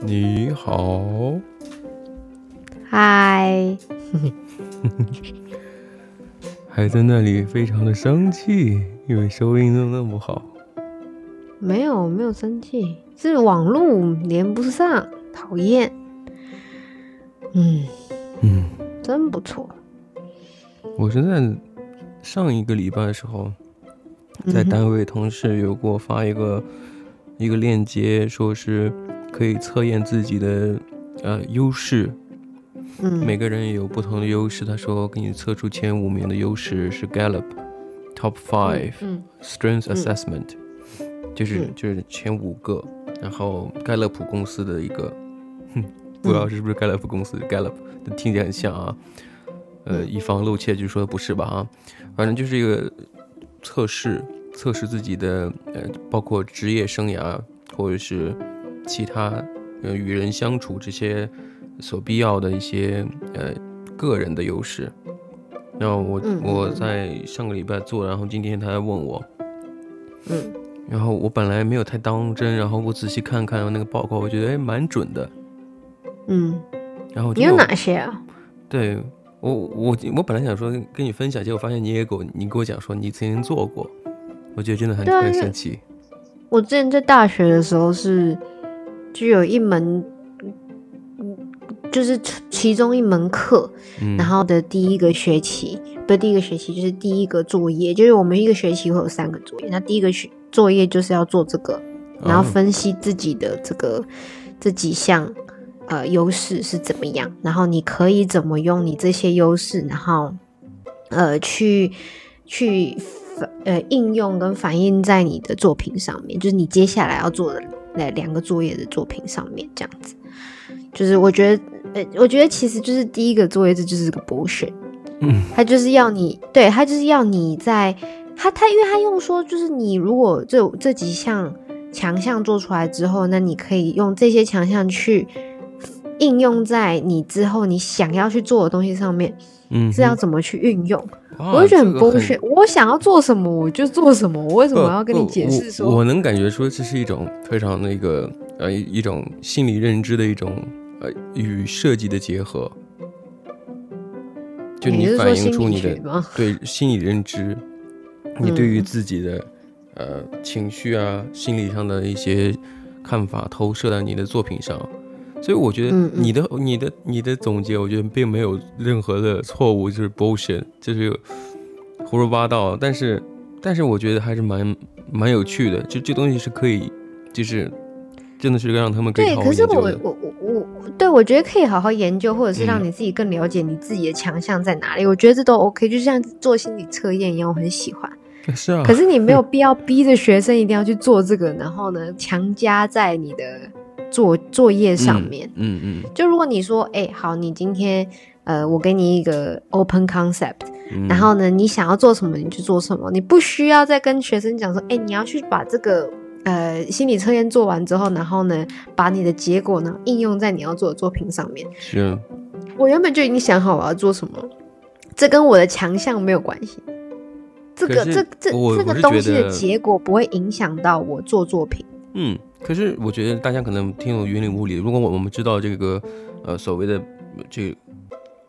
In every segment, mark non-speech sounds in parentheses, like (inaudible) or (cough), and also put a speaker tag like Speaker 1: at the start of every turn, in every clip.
Speaker 1: 你好，
Speaker 2: 嗨，
Speaker 1: 还在那里非常的生气，因为收音弄那么好。
Speaker 2: 没有没有生气，是网路连不上，讨厌。嗯，
Speaker 1: 嗯，
Speaker 2: 真不错。
Speaker 1: 我是在上一个礼拜的时候，在
Speaker 2: 嗯哼
Speaker 1: 单位同事有给我发一个、一个链接，说是可以测验自己的呃优势，
Speaker 2: 嗯
Speaker 1: 每个人也有不同的优势。他说给你测出前五名的优势是 Gallup Top Five、
Speaker 2: 嗯
Speaker 1: Strength
Speaker 2: 嗯
Speaker 1: Assessment，、就是
Speaker 2: 嗯
Speaker 1: 就是前五个，然后盖勒普公司的一个， (laughs) 哼，不知
Speaker 2: 嗯
Speaker 1: 道是不是盖勒普公司、盖勒普，听起来很像啊，呃，
Speaker 2: 嗯
Speaker 1: 以防露怯就说不是吧啊，反正就是一个测试，测试自己的呃，包括职业生涯或者是其他呃与人相处这些所必要的一些呃个人的优势。然后我、
Speaker 2: 嗯嗯
Speaker 1: 我
Speaker 2: 嗯
Speaker 1: 在上个礼拜做，然后今天他还问我，
Speaker 2: 嗯
Speaker 1: 然后我本来没有太当真，然后我仔细看看那个报告，我觉得哎蛮准的。
Speaker 2: 嗯，
Speaker 1: 然后我就
Speaker 2: 你有哪些啊？
Speaker 1: 对我我我本来想说跟你分享，结果发现你也给我你给我讲说你曾经做过，我觉得真的很
Speaker 2: 对啊
Speaker 1: 很
Speaker 2: 因为
Speaker 1: 神奇。
Speaker 2: 我之前在大学的时候是，就有一门，嗯就是其其中一门课，
Speaker 1: 嗯，
Speaker 2: 然后的第一个学期，不是第一个学期，就是第一个作业，就是我们一个学期会有三个作业，那第一个学作业就是要做这个，然后
Speaker 1: 哦
Speaker 2: 分析自己的这个这几项呃优势是怎么样，然后你可以怎么用你这些优势，然后呃去去反呃应用跟反映在你的作品上面，就是你接下来要做的那两个作业的作品上面，这样子。就是我觉得，呃，我觉得其实就是第一个作业这就是个博学，
Speaker 1: 嗯，
Speaker 2: 他就是要你，对他就是要你在他他，因为他用说就是你如果这这几项强项做出来之后，那你可以用这些强项去应用在你之后你想要去做的东西上面，
Speaker 1: 嗯
Speaker 2: 是要
Speaker 1: 哼
Speaker 2: 怎么去运用？
Speaker 1: 哇
Speaker 2: 我就觉
Speaker 1: 这
Speaker 2: 得很
Speaker 1: 个
Speaker 2: bullshit，我想要做什么我就做什么，我为什
Speaker 1: 不
Speaker 2: 么要跟你
Speaker 1: 呃不
Speaker 2: 解释说？
Speaker 1: 我？我能感觉出这是一种非常那个呃一一种心理认知的一种呃与设计的结合，就
Speaker 2: 你
Speaker 1: 你
Speaker 2: 是说
Speaker 1: 反映
Speaker 2: 心
Speaker 1: 出
Speaker 2: 理
Speaker 1: 你
Speaker 2: 学
Speaker 1: 的
Speaker 2: 吗？
Speaker 1: 对心理认知，你对于
Speaker 2: 嗯
Speaker 1: 自己的、呃情绪啊、心理上的一些看法投射到你的作品上。所以我觉得
Speaker 2: 嗯嗯
Speaker 1: 你的、你的、你的总结，我觉得并没有任何的错误，就是 bullshit，就是胡说八道。但是，但是我觉得还是蛮蛮有趣的，就这东西是可以，就是真的是让他们可以
Speaker 2: 对，
Speaker 1: 好好
Speaker 2: 可是
Speaker 1: 研究
Speaker 2: 我
Speaker 1: 的。
Speaker 2: 我我我，对我觉得可以好好研究，或者是让
Speaker 1: 嗯
Speaker 2: 你自己更了解你自己的强项在哪里。我觉得这都 OK，就像做心理测验一样，我很喜欢。
Speaker 1: (laughs) 是啊，
Speaker 2: 可是你没有必要逼着学生一定要去做这个，然后呢，强加在你的作作业上面。
Speaker 1: 嗯嗯
Speaker 2: 就如果你说，哎、好，你今天呃，我给你一个 open concept，
Speaker 1: 嗯，
Speaker 2: 然后呢，你想要做什么你去做什么，你不需要再跟学生讲说，哎、你要去把这个呃心理测验做完之后，然后呢，把你的结果呢应用在你要做的作品上面。
Speaker 1: 是啊
Speaker 2: 我原本就已经想好我要做什么，这跟我的强项没有关系。这个
Speaker 1: 可是
Speaker 2: 这这
Speaker 1: 我
Speaker 2: 这
Speaker 1: 我
Speaker 2: 个
Speaker 1: 是
Speaker 2: 东
Speaker 1: 觉
Speaker 2: 西的
Speaker 1: 得
Speaker 2: 结果不会影响到我做作品。
Speaker 1: 嗯，可是我觉得大家可能听懂云里雾里。如果我我们知道这个，呃，所谓的呃这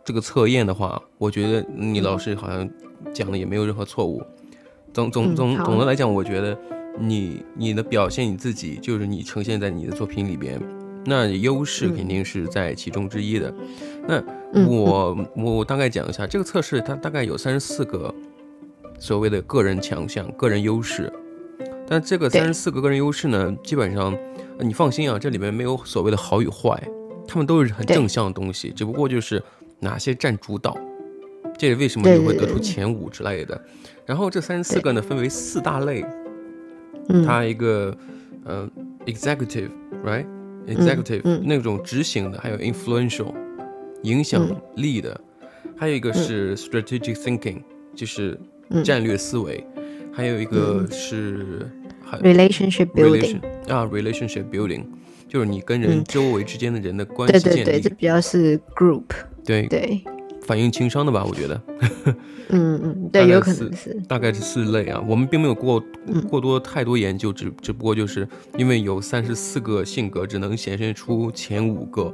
Speaker 1: 这个测验的话，我觉得你老师好像讲的也没有任何错误。总总
Speaker 2: 嗯
Speaker 1: 总
Speaker 2: 好
Speaker 1: 总的来讲，我觉得你你的表现你自己，就是你呈现在你的作品里边，那优势
Speaker 2: 嗯
Speaker 1: 肯定是在其中之一的。那
Speaker 2: 嗯
Speaker 1: 我我我大概讲一下这个测试，它大概有三十四个所谓的个人强项、个人优势。但这个
Speaker 2: 对
Speaker 1: 三十四个个人优势呢，基本上呃你放心啊，这里面没有所谓的好与坏，他们都是很
Speaker 2: 对
Speaker 1: 正向的东西，只不过就是哪些占主导。这也为什么
Speaker 2: 对
Speaker 1: 你会
Speaker 2: 对
Speaker 1: 得
Speaker 2: 对
Speaker 1: 出
Speaker 2: 对
Speaker 1: 前五之类的。然后这三十四个呢，分为四大类，
Speaker 2: 嗯
Speaker 1: 它一个呃 executive right executive、
Speaker 2: 嗯
Speaker 1: 那种执行的，还有 influential 影响
Speaker 2: 嗯
Speaker 1: 力的，还有一个是 strategic thinking，就是
Speaker 2: 嗯
Speaker 1: 战略思维，还有一个是还
Speaker 2: ，relationship building，
Speaker 1: relation 啊 relationship building，就是你跟人
Speaker 2: 嗯
Speaker 1: 周围之间的人的关
Speaker 2: 对
Speaker 1: 系建
Speaker 2: 对
Speaker 1: 立，
Speaker 2: 对，这比较是 group，
Speaker 1: 对
Speaker 2: 对，
Speaker 1: 反映情商的吧？我觉得
Speaker 2: 嗯嗯，对，
Speaker 1: 大概
Speaker 2: 有可
Speaker 1: 是
Speaker 2: 能是，
Speaker 1: 大概是四类啊。我们并没有过
Speaker 2: 嗯
Speaker 1: 过多太多研究，只只不过就是因为有三十四个性格，只能显现出前五个，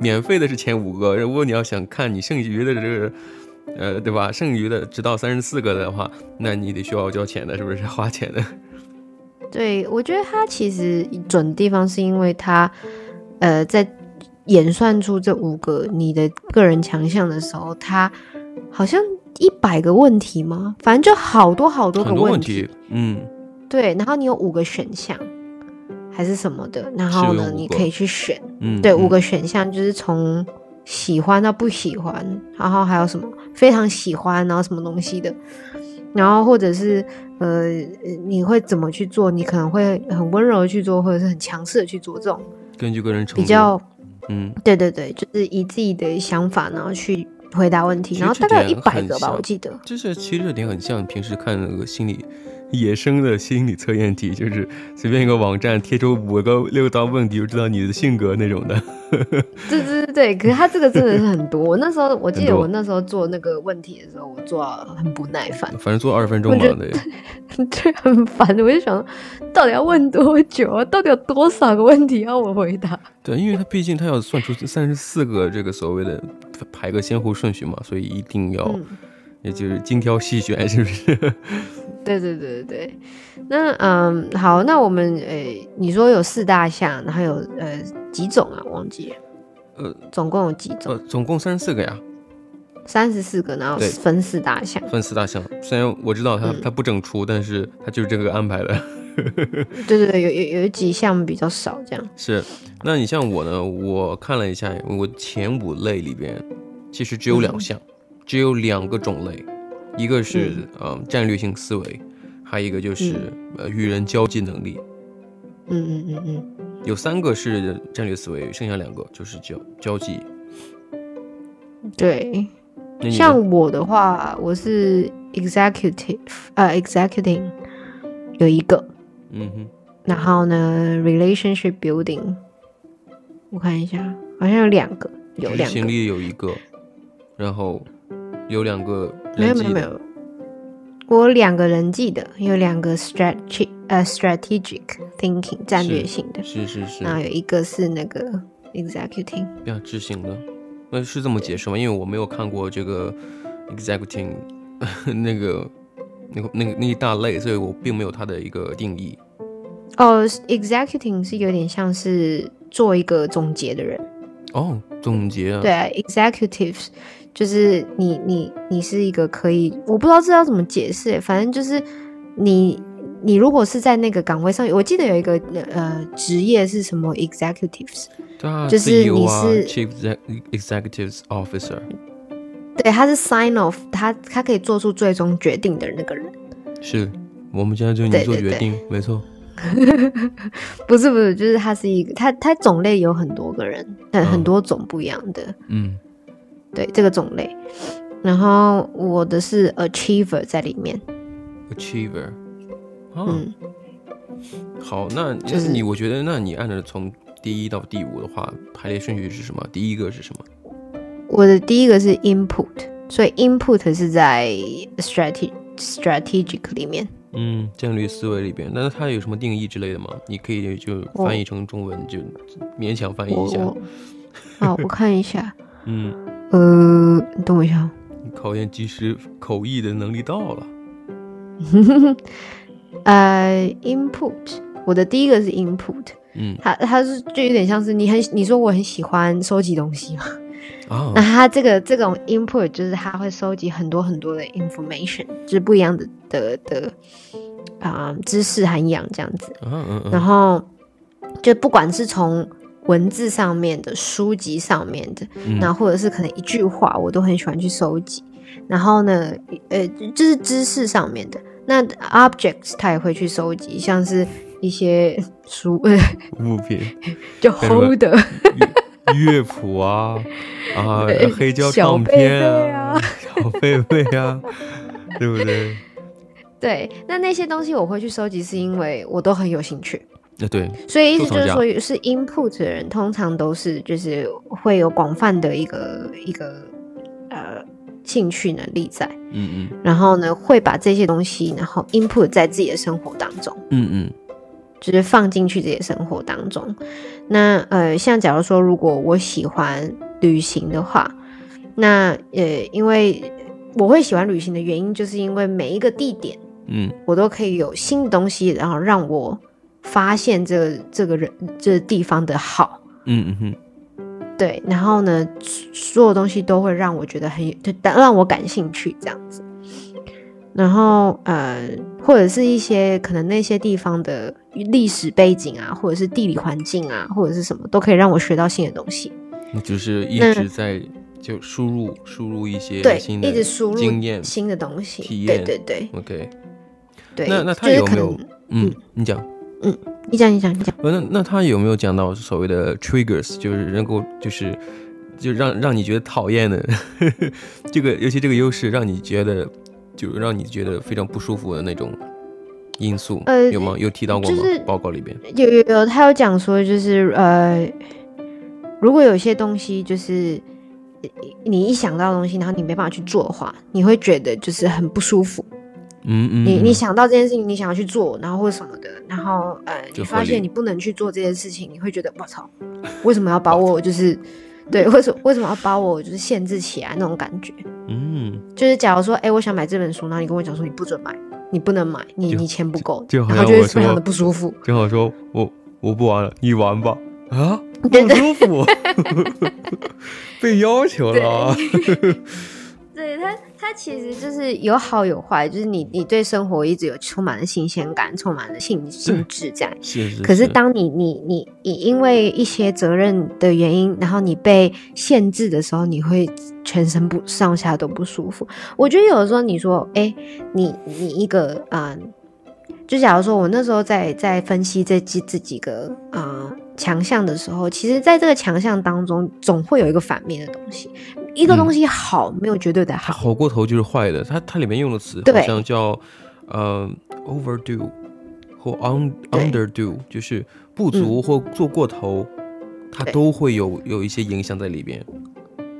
Speaker 1: 免费的是前五个。如果你要想看你剩余的这个。呃，对吧？剩余的直到三十四个的话，那你得需要交钱的，是不 (laughs) 是？花钱的。
Speaker 2: 对我觉得它其实准的地方是因为它，呃，在演算出这五个你的个人强项的时候，它好像一百个问题吗？反正就好多好多个
Speaker 1: 很多问
Speaker 2: 题，
Speaker 1: 题，嗯，
Speaker 2: 对，然后你有五个选项还是什么的，然
Speaker 1: 是有
Speaker 2: 后呢，
Speaker 1: 五
Speaker 2: 你
Speaker 1: 个
Speaker 2: 可以去选。
Speaker 1: 嗯，
Speaker 2: 对，五
Speaker 1: 嗯
Speaker 2: 个选项就是从喜欢到不喜欢，然后还有什么非常喜欢，然后什么东西的，然后或者是呃，你会怎么去做？你可能会很温柔的去做，或者是很强势的去做，这种
Speaker 1: 根据个人程度，
Speaker 2: 比较
Speaker 1: 嗯，
Speaker 2: 对对对，就是以自己的想法然后去回答问题，
Speaker 1: 其实
Speaker 2: 然后
Speaker 1: 这
Speaker 2: 大概有一
Speaker 1: 点
Speaker 2: 百
Speaker 1: 很
Speaker 2: 个吧，
Speaker 1: 像
Speaker 2: 我记得。
Speaker 1: 就是其实这点很像平时看那个心理野生的心理测验题，就是随便一个网站贴出五个六道问题，就知道你的性格那种的。
Speaker 2: 对对对对，可是他这个真的是很多。我那时候我记
Speaker 1: 很
Speaker 2: 得
Speaker 1: 多
Speaker 2: 我那时候做那个问题的时候，我做到很不耐烦。
Speaker 1: 反正做二十分钟
Speaker 2: 我
Speaker 1: 嘛，
Speaker 2: 觉得
Speaker 1: 对，
Speaker 2: (laughs) 对，很烦。我就想，到底要问多久啊？到底有多少个问题要我回答？ (laughs)
Speaker 1: 对，因为它毕竟它要算出三十四个这个所谓的排个先后顺序嘛，所以一定要、
Speaker 2: 嗯，
Speaker 1: 也就是精挑细选，是不是？ (laughs)
Speaker 2: 对对对对对。那嗯，好，那我们诶、你说有四大项，然后有呃几种啊？忘记了，
Speaker 1: 呃
Speaker 2: 总共有几种
Speaker 1: 呃？，总共三十四个呀，
Speaker 2: 三十四个，然后
Speaker 1: 对
Speaker 2: 分四大项。
Speaker 1: 分四大项。虽然我知道它
Speaker 2: 嗯
Speaker 1: 它不整出，但是它就是这个安排的。
Speaker 2: 对对对，有有有几项比较少，这样。
Speaker 1: 是，那你像我呢？我看了一下，我前五类里边，其实只有两
Speaker 2: 嗯
Speaker 1: 项，只有两个种类，一个是嗯、呃战略性思维，还有一个就是、呃与人交际能力。
Speaker 2: 嗯嗯嗯嗯，
Speaker 1: 有三个是战略思维，剩下两个就是交交际。
Speaker 2: 对。
Speaker 1: 那你呢
Speaker 2: 像我的话，我是 executive，呃，executing 有一个，
Speaker 1: 嗯哼，
Speaker 2: 然后呢，relationship building，我看一下，好像有两个，有
Speaker 1: 执
Speaker 2: 两
Speaker 1: 行
Speaker 2: 个，
Speaker 1: 力有一个，然后有两个
Speaker 2: 没有
Speaker 1: 人
Speaker 2: 没
Speaker 1: 际
Speaker 2: 有没
Speaker 1: 的，
Speaker 2: 有，我有两个人际的，有两个 strategy 呃 strategic thinking 战略性的，
Speaker 1: 是是是，
Speaker 2: 然后有一个是那个 executing，
Speaker 1: 呀，执行的，那是这么解释吗？因为我没有看过这个 executing (laughs) 那个那个那个那一大类，所以我并没有它的一个定义。
Speaker 2: 哦，executing 是有点像是做一个总结的人，
Speaker 1: 哦，总结啊，
Speaker 2: 对啊，executives 就是你你你是一个可以，我不知道这要怎么解释欸，反正就是你你如果是在那个岗位上，我记得有一个呃职业是什么 executives，
Speaker 1: 对啊，
Speaker 2: 就是
Speaker 1: CEO
Speaker 2: 你
Speaker 1: 啊
Speaker 2: 是
Speaker 1: ，Chief Exec- Executives Officer，
Speaker 2: 对，他是 sign off，他他可以做出最终决定的那个人，
Speaker 1: 是我们现在就你
Speaker 2: 对
Speaker 1: 做
Speaker 2: 对
Speaker 1: 决
Speaker 2: 对
Speaker 1: 定，没错，
Speaker 2: 不是不是，就是他是一个，他他种类有很多个人，很很
Speaker 1: 嗯
Speaker 2: 多种不一样的，
Speaker 1: 嗯，
Speaker 2: 对这个种类。然后我的是 achiever 在里面，
Speaker 1: achiever，啊，
Speaker 2: 嗯
Speaker 1: 好，那那
Speaker 2: 就是
Speaker 1: 你我觉得，那你按照从第一到第五的话，排列顺序是什么？第一个是什么？
Speaker 2: 我的第一个是 input，所以 input 是在 strategy strategic 里面。
Speaker 1: 嗯，战略思维里边，那它有什么定义之类的吗？你可以就
Speaker 2: 我
Speaker 1: 翻译成中文，就勉强翻译
Speaker 2: 我
Speaker 1: 一下
Speaker 2: 我。啊，我看一下， (laughs)
Speaker 1: 嗯，
Speaker 2: 呃，你等我一下哦。
Speaker 1: 考验即时口译的能力到了。
Speaker 2: 呃，input，我的第一个是 input，
Speaker 1: 嗯
Speaker 2: 它它是就有点像是你很你说我很喜欢收集东西嘛，
Speaker 1: 啊
Speaker 2: 那，它这个这种 input 就是它会收集很多很多的 information，就是不一样的的的啊、知识涵养这样子。
Speaker 1: 啊嗯嗯，
Speaker 2: 然后就不管是从文字上面的、书籍上面的，
Speaker 1: 嗯
Speaker 2: 那或者是可能一句话，我都很喜欢去收集。然后呢，呃，就是知识上面的。那 objects 他也会去收集，像是一些 (laughs) 书，呃，
Speaker 1: 物品、
Speaker 2: 就
Speaker 1: 什么
Speaker 2: holder，
Speaker 1: 乐乐谱啊啊 (laughs)
Speaker 2: 对，
Speaker 1: 黑胶
Speaker 2: 小
Speaker 1: 唱
Speaker 2: 贝贝
Speaker 1: 片
Speaker 2: 啊，
Speaker 1: 小贝贝啊，对不对？
Speaker 2: 对。那那些东西我会去收集，是因为我都很有兴趣。
Speaker 1: 那啊对，
Speaker 2: 所以意思就是
Speaker 1: 收藏
Speaker 2: 说，是 input 的人通常都是就是会有广泛的一个一个呃兴趣能力在，
Speaker 1: 嗯嗯
Speaker 2: 然后呢会把这些东西然后 input 在自己的生活当中。
Speaker 1: 嗯嗯
Speaker 2: 就是放进去自己的生活当中。那呃，像假如说，如果我喜欢旅行的话，那呃，因为我会喜欢旅行的原因，就是因为每一个地点
Speaker 1: 嗯
Speaker 2: 我都可以有新的东西，然后让我发现这个这个人这地方的好。
Speaker 1: 嗯嗯嗯
Speaker 2: 对，然后呢，所有东西都会让我觉得很有，就让我感兴趣这样子。然后呃，或者是一些可能那些地方的历史背景啊，或者是地理环境啊，或者是什么，都可以让我学到新的东西。
Speaker 1: 你就是一
Speaker 2: 那
Speaker 1: 直在就输入输入一些
Speaker 2: 对，
Speaker 1: 新的
Speaker 2: 一直输入
Speaker 1: 经验
Speaker 2: 新的东西。
Speaker 1: 体
Speaker 2: 对
Speaker 1: 验
Speaker 2: 对对
Speaker 1: OK，
Speaker 2: 对。
Speaker 1: 那那他
Speaker 2: 就是
Speaker 1: 有
Speaker 2: 可
Speaker 1: 没有
Speaker 2: 能？
Speaker 1: 嗯，你讲。
Speaker 2: 你讲，你讲，你讲。
Speaker 1: 呃，那那他有没有讲到所谓的 triggers，就是能够就是就让让你觉得讨厌的 (laughs) 这个，尤其这个优势让你觉得就让你觉得非常不舒服的那种因素，
Speaker 2: 呃
Speaker 1: 有吗？有提到过吗？
Speaker 2: 就是
Speaker 1: 报告里边，
Speaker 2: 有有有，他有讲说，就是呃，如果有些东西就是呃你一想到的东西，然后你没办法去做的话，你会觉得就是很不舒服。
Speaker 1: 嗯嗯，
Speaker 2: 你你
Speaker 1: 嗯
Speaker 2: 想到这件事情，你想要去做，然后或什么的，然后呃，
Speaker 1: 就
Speaker 2: 你
Speaker 1: 合
Speaker 2: 发
Speaker 1: 理
Speaker 2: 现你不能去做这件事情，你会觉得我操，为什么要把我就是对，为什为什么要把我就是限制起来那种感觉？
Speaker 1: 嗯，
Speaker 2: 就是假如说，哎、我想买这本书，然后你跟我讲说你不准买，你不能买，你
Speaker 1: 就
Speaker 2: 你钱不够，
Speaker 1: 就好
Speaker 2: 然后
Speaker 1: 像
Speaker 2: 就会
Speaker 1: 我
Speaker 2: 非常
Speaker 1: 说
Speaker 2: 的不舒服。
Speaker 1: 正好说我我不玩了，你玩吧啊，
Speaker 2: 对
Speaker 1: 不
Speaker 2: 对
Speaker 1: 舒服， (laughs) 被要求了啊，
Speaker 2: (laughs) 对它，它其实就是有好有坏，就是你你对生活一直有充满了新鲜感，充满了兴兴致这样。
Speaker 1: 是是，
Speaker 2: 可是当你你你你因为一些责任的原因，然后你被限制的时候，你会全身不上下都不舒服。我觉得有的时候你说，哎、你你一个啊、呃就假如说我那时候在在分析这几这几个啊、呃强项的时候，其实在这个强项当中，总会有一个反面的东西。一个
Speaker 1: 嗯
Speaker 2: 东西好，没有绝对的
Speaker 1: 它
Speaker 2: 好。
Speaker 1: 好过头就是坏的。它它里面用的词好
Speaker 2: 对
Speaker 1: 像叫呃 overdo 或 un
Speaker 2: 对嗯
Speaker 1: underdo，就是不足或做过头，它
Speaker 2: 对
Speaker 1: 都会有有一些影响在里边。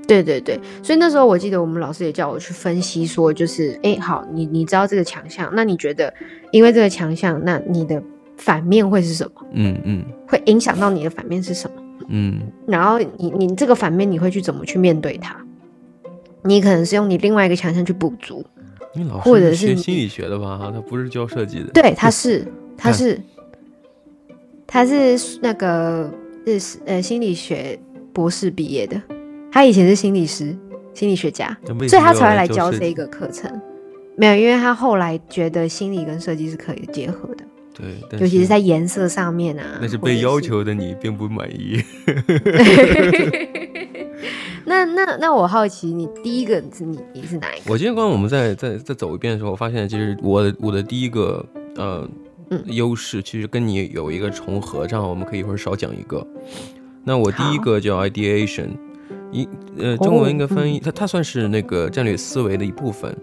Speaker 2: 对对对，所以那时候我记得我们老师也叫我去分析，说就是，哎，好，你你知道这个强项，那你觉得因为这个强项，那你的反面会是什么？
Speaker 1: 嗯嗯
Speaker 2: 会影响到你的反面是什么？
Speaker 1: 嗯
Speaker 2: 然后你你这个反面你会去怎么去面对它？你可能是用你另外一个强项去补足，
Speaker 1: 因为老
Speaker 2: 或者
Speaker 1: 师学
Speaker 2: 是
Speaker 1: 心理学的吧，他不是教设计的。
Speaker 2: 对，他是他
Speaker 1: 看
Speaker 2: 是他是那个日呃心理学博士毕业的，他以前是心理师、心理学家。
Speaker 1: 那为什
Speaker 2: 所以
Speaker 1: 么
Speaker 2: 他
Speaker 1: 要
Speaker 2: 才会来
Speaker 1: 教
Speaker 2: 教
Speaker 1: 设
Speaker 2: 这
Speaker 1: 计
Speaker 2: 个课程。没有，因为他后来觉得心理跟设计是可以结合的，
Speaker 1: 对，但
Speaker 2: 尤其是
Speaker 1: 是
Speaker 2: 在颜色上面啊。
Speaker 1: 那是
Speaker 2: 或者
Speaker 1: 被要。求的，你并不满意。
Speaker 2: 那那那我好奇，你第一个是你你是哪一个？
Speaker 1: 我今天刚刚我们在在在走一遍的时候，我发现其实我的我的第一个呃、
Speaker 2: 嗯
Speaker 1: 优势，其实跟你有一个重合，这样我们可以一会儿少讲一个。那我第一
Speaker 2: 好
Speaker 1: 个叫 ideation，一呃中文应该
Speaker 2: 哦
Speaker 1: 翻译、它它算是那个战略思维的一部分，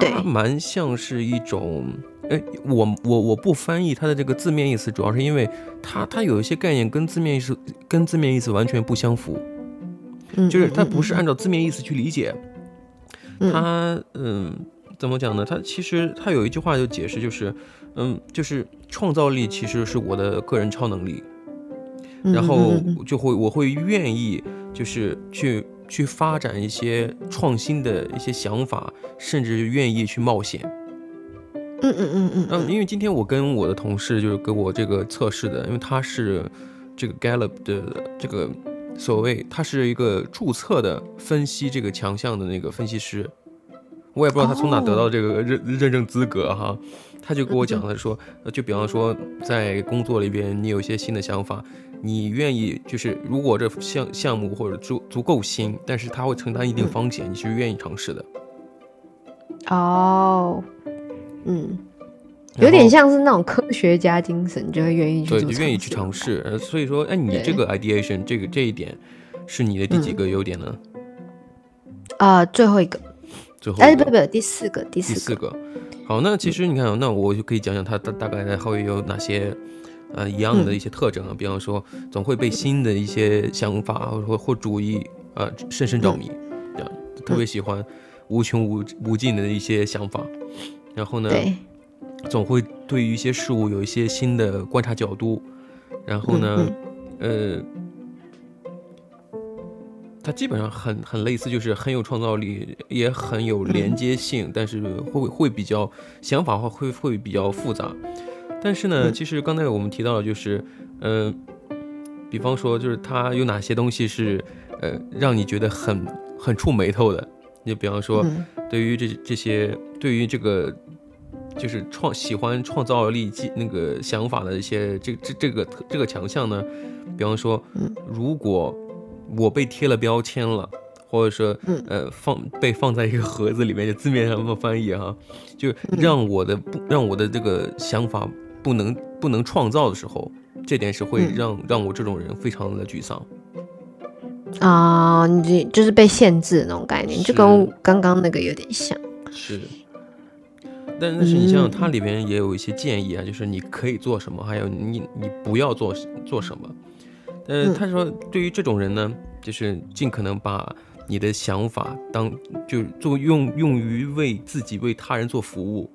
Speaker 2: 对
Speaker 1: 它蛮像是一种。哎，我我我不翻译它的这个字面意思，主要是因为
Speaker 2: 嗯
Speaker 1: 它它有一些概念跟字面意思跟字面意思完全不相符。
Speaker 2: 嗯
Speaker 1: 就是
Speaker 2: 嗯
Speaker 1: 它
Speaker 2: 嗯
Speaker 1: 不是按照字面意思去理解，
Speaker 2: 嗯
Speaker 1: 它嗯怎么讲呢？它其实它有一句话就解释，就是嗯就是创造力其实是我的个人超能力，
Speaker 2: 嗯
Speaker 1: 然
Speaker 2: 嗯
Speaker 1: 后
Speaker 2: 嗯嗯
Speaker 1: 就会我会愿意就是去去发展一些创新的一些想法，甚至愿意去冒险。
Speaker 2: 嗯嗯嗯嗯
Speaker 1: 嗯，因为今天我跟我的同事就是给我这个测试的，因为他是这个 Gallup 的这个所谓，他是一个注册的分析这个强项的那个分析师，我也不知道他从哪得
Speaker 2: 哦
Speaker 1: 到这个认、认证资格哈。他就跟我讲了说，呃就比方说在工作里边你有一些新的想法，你愿意就是如果这项项目或者足足够新，但是他会承担一定风险，你是愿意尝试的。
Speaker 2: 嗯，哦，嗯，
Speaker 1: 然
Speaker 2: 有点
Speaker 1: 后
Speaker 2: 像是那种科学家精神，就会愿意去
Speaker 1: 对，
Speaker 2: 做
Speaker 1: 就愿意去尝
Speaker 2: 嘛。
Speaker 1: 试。呃，所以说，哎，你这
Speaker 2: 对嗯
Speaker 1: 个 ideation 这个这一点，是你的第几个优点呢？
Speaker 2: 啊、最后一个，
Speaker 1: 最后
Speaker 2: 哎，
Speaker 1: 一
Speaker 2: 不
Speaker 1: 个
Speaker 2: 不，不第四个，第
Speaker 1: 第
Speaker 2: 四
Speaker 1: 四
Speaker 2: 个，嗯
Speaker 1: 个。好，那其实你看啊，那我就可以讲讲它大大概它会有哪些。呃，一样的
Speaker 2: 嗯
Speaker 1: 一些特征啊，比方说，总会被新的一
Speaker 2: 嗯
Speaker 1: 些想法或或或主义啊、呃深深着迷，这样特别喜欢。无穷无无尽的一些想法，然后呢，
Speaker 2: 对，
Speaker 1: 总会对于一些事物有一些新的观察角度，然后
Speaker 2: 嗯
Speaker 1: 呢，呃，它基本上很很类似，就是很有创造力，也很有连接性，但是会会比较想法会会会比较复杂。但是呢，
Speaker 2: 嗯
Speaker 1: 其实刚才我们提到了，就是，呃，比方说，就是它有哪些东西是，呃，让你觉得很很触眉头的？你就比方说，
Speaker 2: 嗯
Speaker 1: 对于这这些，对于这个就是创喜欢创造力、记那个想法的一些这这这个这个强项呢，比方说，
Speaker 2: 嗯
Speaker 1: 如果我被贴了标签了，或者说
Speaker 2: 嗯
Speaker 1: 呃放被放在一个盒子里面，就字面上的翻译哈、就让我的不让我的这个想法不能不能创造的时候，这点是会
Speaker 2: 嗯
Speaker 1: 让让我这种人非常的沮丧。
Speaker 2: 啊、你这就是被限制的那种概念，
Speaker 1: 是
Speaker 2: 就跟刚刚那个有点像。
Speaker 1: 是，但但是你像
Speaker 2: 嗯
Speaker 1: 它里边也有一些建议啊，就是你可以做什么，还有你你不要做做什么。呃，
Speaker 2: 嗯
Speaker 1: 他说对于这种人呢，就是尽可能把你的想法当就做用用于为自己为他人做服务，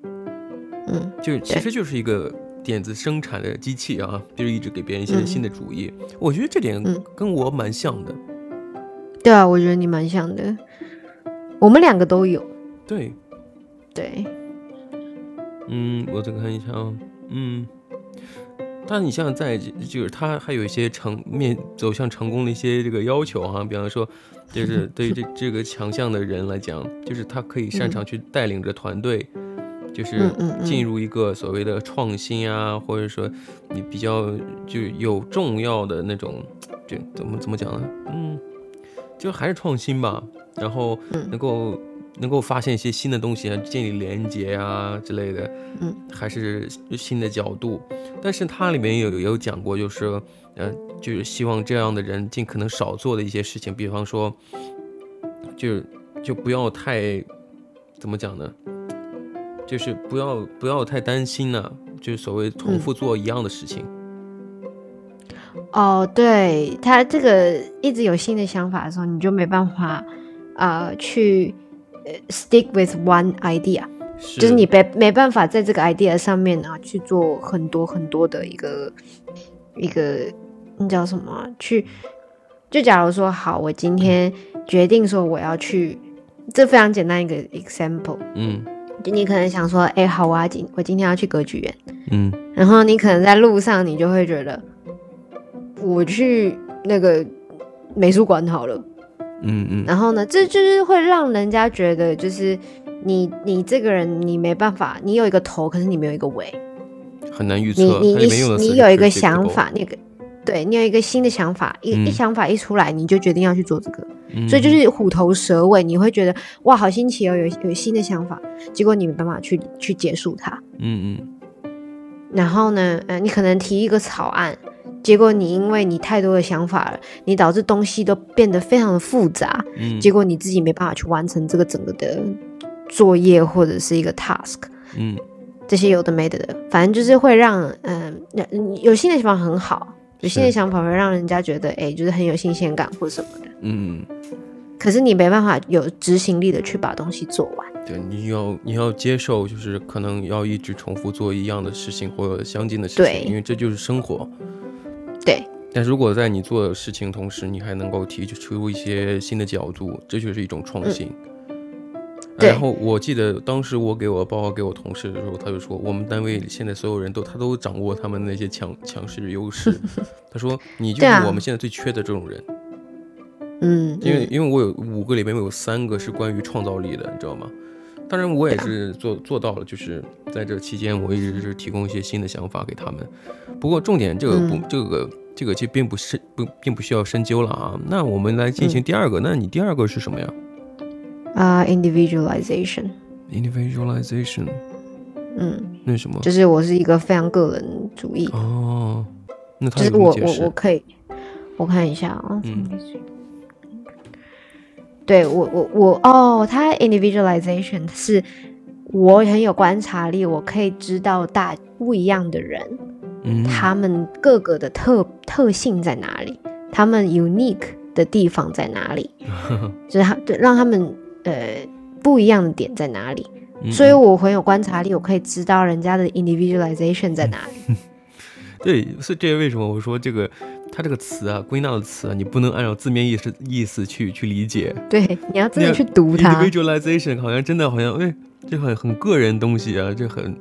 Speaker 2: 嗯
Speaker 1: 就是其
Speaker 2: 对
Speaker 1: 实就是一个点子生产的机器啊，就是一直给别人一些
Speaker 2: 嗯
Speaker 1: 新的主意。我觉得这点
Speaker 2: 嗯
Speaker 1: 跟我蛮像的，
Speaker 2: 对啊，我觉得你蛮像的，我们两个都有。
Speaker 1: 对。
Speaker 2: 对，
Speaker 1: 嗯，我再看一下啊，嗯，但你像在就是他还有一些成面走向成功的一些这个要求哈、比方说，
Speaker 2: (laughs)
Speaker 1: 就是对于这这个强项的人来讲，就是他可以擅长去带领着团队，就是
Speaker 2: 嗯嗯嗯
Speaker 1: 进入一个所谓的创新啊，或者说你比较就有重要的那种，就怎么怎么讲呢？嗯，就还是创新吧，然后
Speaker 2: 嗯
Speaker 1: 能够、能够发现一些新的东西啊，建立连接啊之类的，
Speaker 2: 嗯，
Speaker 1: 还是新的角度。但是它里面有有讲过，就是呃，就是希望这样的人尽可能少做的一些事情，比方说，就就不要太怎么讲呢，就是不要不要太担心呢、就是所谓
Speaker 2: 嗯
Speaker 1: 重复做一样的事情。
Speaker 2: 哦，对他这个一直有新的想法的时候，你就没办法啊、呃去呃 stick with one idea，
Speaker 1: 是
Speaker 2: 就是你没没办法在这个 idea 上面呢、去做很多很多的一个一个那叫什么啊、去就假如说好，我今天决定说我要去，这非常简单一个 example，
Speaker 1: 嗯
Speaker 2: 就你可能想说，哎，好啊，今我今天要去歌剧院。
Speaker 1: 嗯
Speaker 2: 然后你可能在路上，你就会觉得，我去那个美术馆好了。
Speaker 1: 嗯嗯，
Speaker 2: 然后呢，这就是会让人家觉得，就是你你这个人，你没办法，你有一个头，可是你没有一个尾。
Speaker 1: 很难预
Speaker 2: 你
Speaker 1: 测。
Speaker 2: 你
Speaker 1: 它里面用
Speaker 2: 你
Speaker 1: 的词
Speaker 2: 你
Speaker 1: 是
Speaker 2: 有一个
Speaker 1: predictable
Speaker 2: 想，法，那个对你有一个新的想法，一、
Speaker 1: 嗯
Speaker 2: 一想法一出来，你就决定要去做这个，
Speaker 1: 嗯
Speaker 2: 所以就是虎头蛇尾，你会觉得哇，好新奇哦，有有新的想法，结果你没办法去去结束它。
Speaker 1: 嗯嗯
Speaker 2: 然后呢，呃，你可能提一个草案，结果你因为你太多的想法了，你导致东西都变得非常的复杂，
Speaker 1: 嗯，
Speaker 2: 结果你自己没办法去完成这个整个的作业或者是一个 task，
Speaker 1: 嗯
Speaker 2: 这些有的没的的，反正就是会让，嗯、呃，有新的想法很好，有新的
Speaker 1: 是
Speaker 2: 想法会让人家觉得，哎，就是很有新鲜感或什么的，
Speaker 1: 嗯。
Speaker 2: 可是你没办法有执行力的去把东西做完，
Speaker 1: 对，你要你要接受，就是可能要一直重复做一样的事情或者相近的事
Speaker 2: 对
Speaker 1: 情，因为这就是生活。
Speaker 2: 对。
Speaker 1: 但如果在你做的事情同时，你还能够提出一些新的角度，这就是一种创新。
Speaker 2: 嗯对
Speaker 1: 然后我记得当时我给我报告给我同事的时候，他就说，我们单位现在所有人都他都掌握他们那些强强势优
Speaker 2: (laughs)
Speaker 1: 势。他说，你就
Speaker 2: 对
Speaker 1: 是
Speaker 2: 啊
Speaker 1: 我们现在最缺的这种人，
Speaker 2: 嗯，
Speaker 1: 因为
Speaker 2: 嗯
Speaker 1: 因为我有五个里面有三个是关于创造力的，你知道吗？当然我也
Speaker 2: 啊
Speaker 1: 是做做到了，就是在这期间我一直是提供一些新的想法给他们。不过重点这个
Speaker 2: 嗯
Speaker 1: 不、这个这个其实并不深不并不需要深究了啊。那我们来进
Speaker 2: 嗯
Speaker 1: 行第二个，那你第二个是什么呀
Speaker 2: 啊、i n d i v i d u a l i z a t i o
Speaker 1: 嗯
Speaker 2: n
Speaker 1: ？Individualization，
Speaker 2: 嗯，
Speaker 1: 那什么？
Speaker 2: 就是我是一个非常个人主义
Speaker 1: 哦，那他
Speaker 2: 就
Speaker 1: 有
Speaker 2: 是
Speaker 1: 什
Speaker 2: 我
Speaker 1: 么解
Speaker 2: 我我
Speaker 1: 释？
Speaker 2: 可以，我看一下啊、
Speaker 1: 嗯
Speaker 2: 对我我我哦，它 individualization 是我很有观察力，我可以知道大不一样的人，
Speaker 1: 嗯，
Speaker 2: 他们各个的特特性在哪里，
Speaker 1: (laughs)
Speaker 2: 他们 unique 的地方在哪里，就是他对让他们呃不一样的点在哪里。
Speaker 1: 嗯
Speaker 2: 所以
Speaker 1: 嗯
Speaker 2: 我很有观察力，我可以知道人家的 individualization 在哪里。
Speaker 1: 对，所以这也为什么我说这个，它这个词啊，归纳的词啊，你不能按照字面意思意思去去理解。
Speaker 2: 对，你要真
Speaker 1: 那
Speaker 2: 的去读它，
Speaker 1: individualization 好像真的好像，哎，这很很个人东西啊，这很，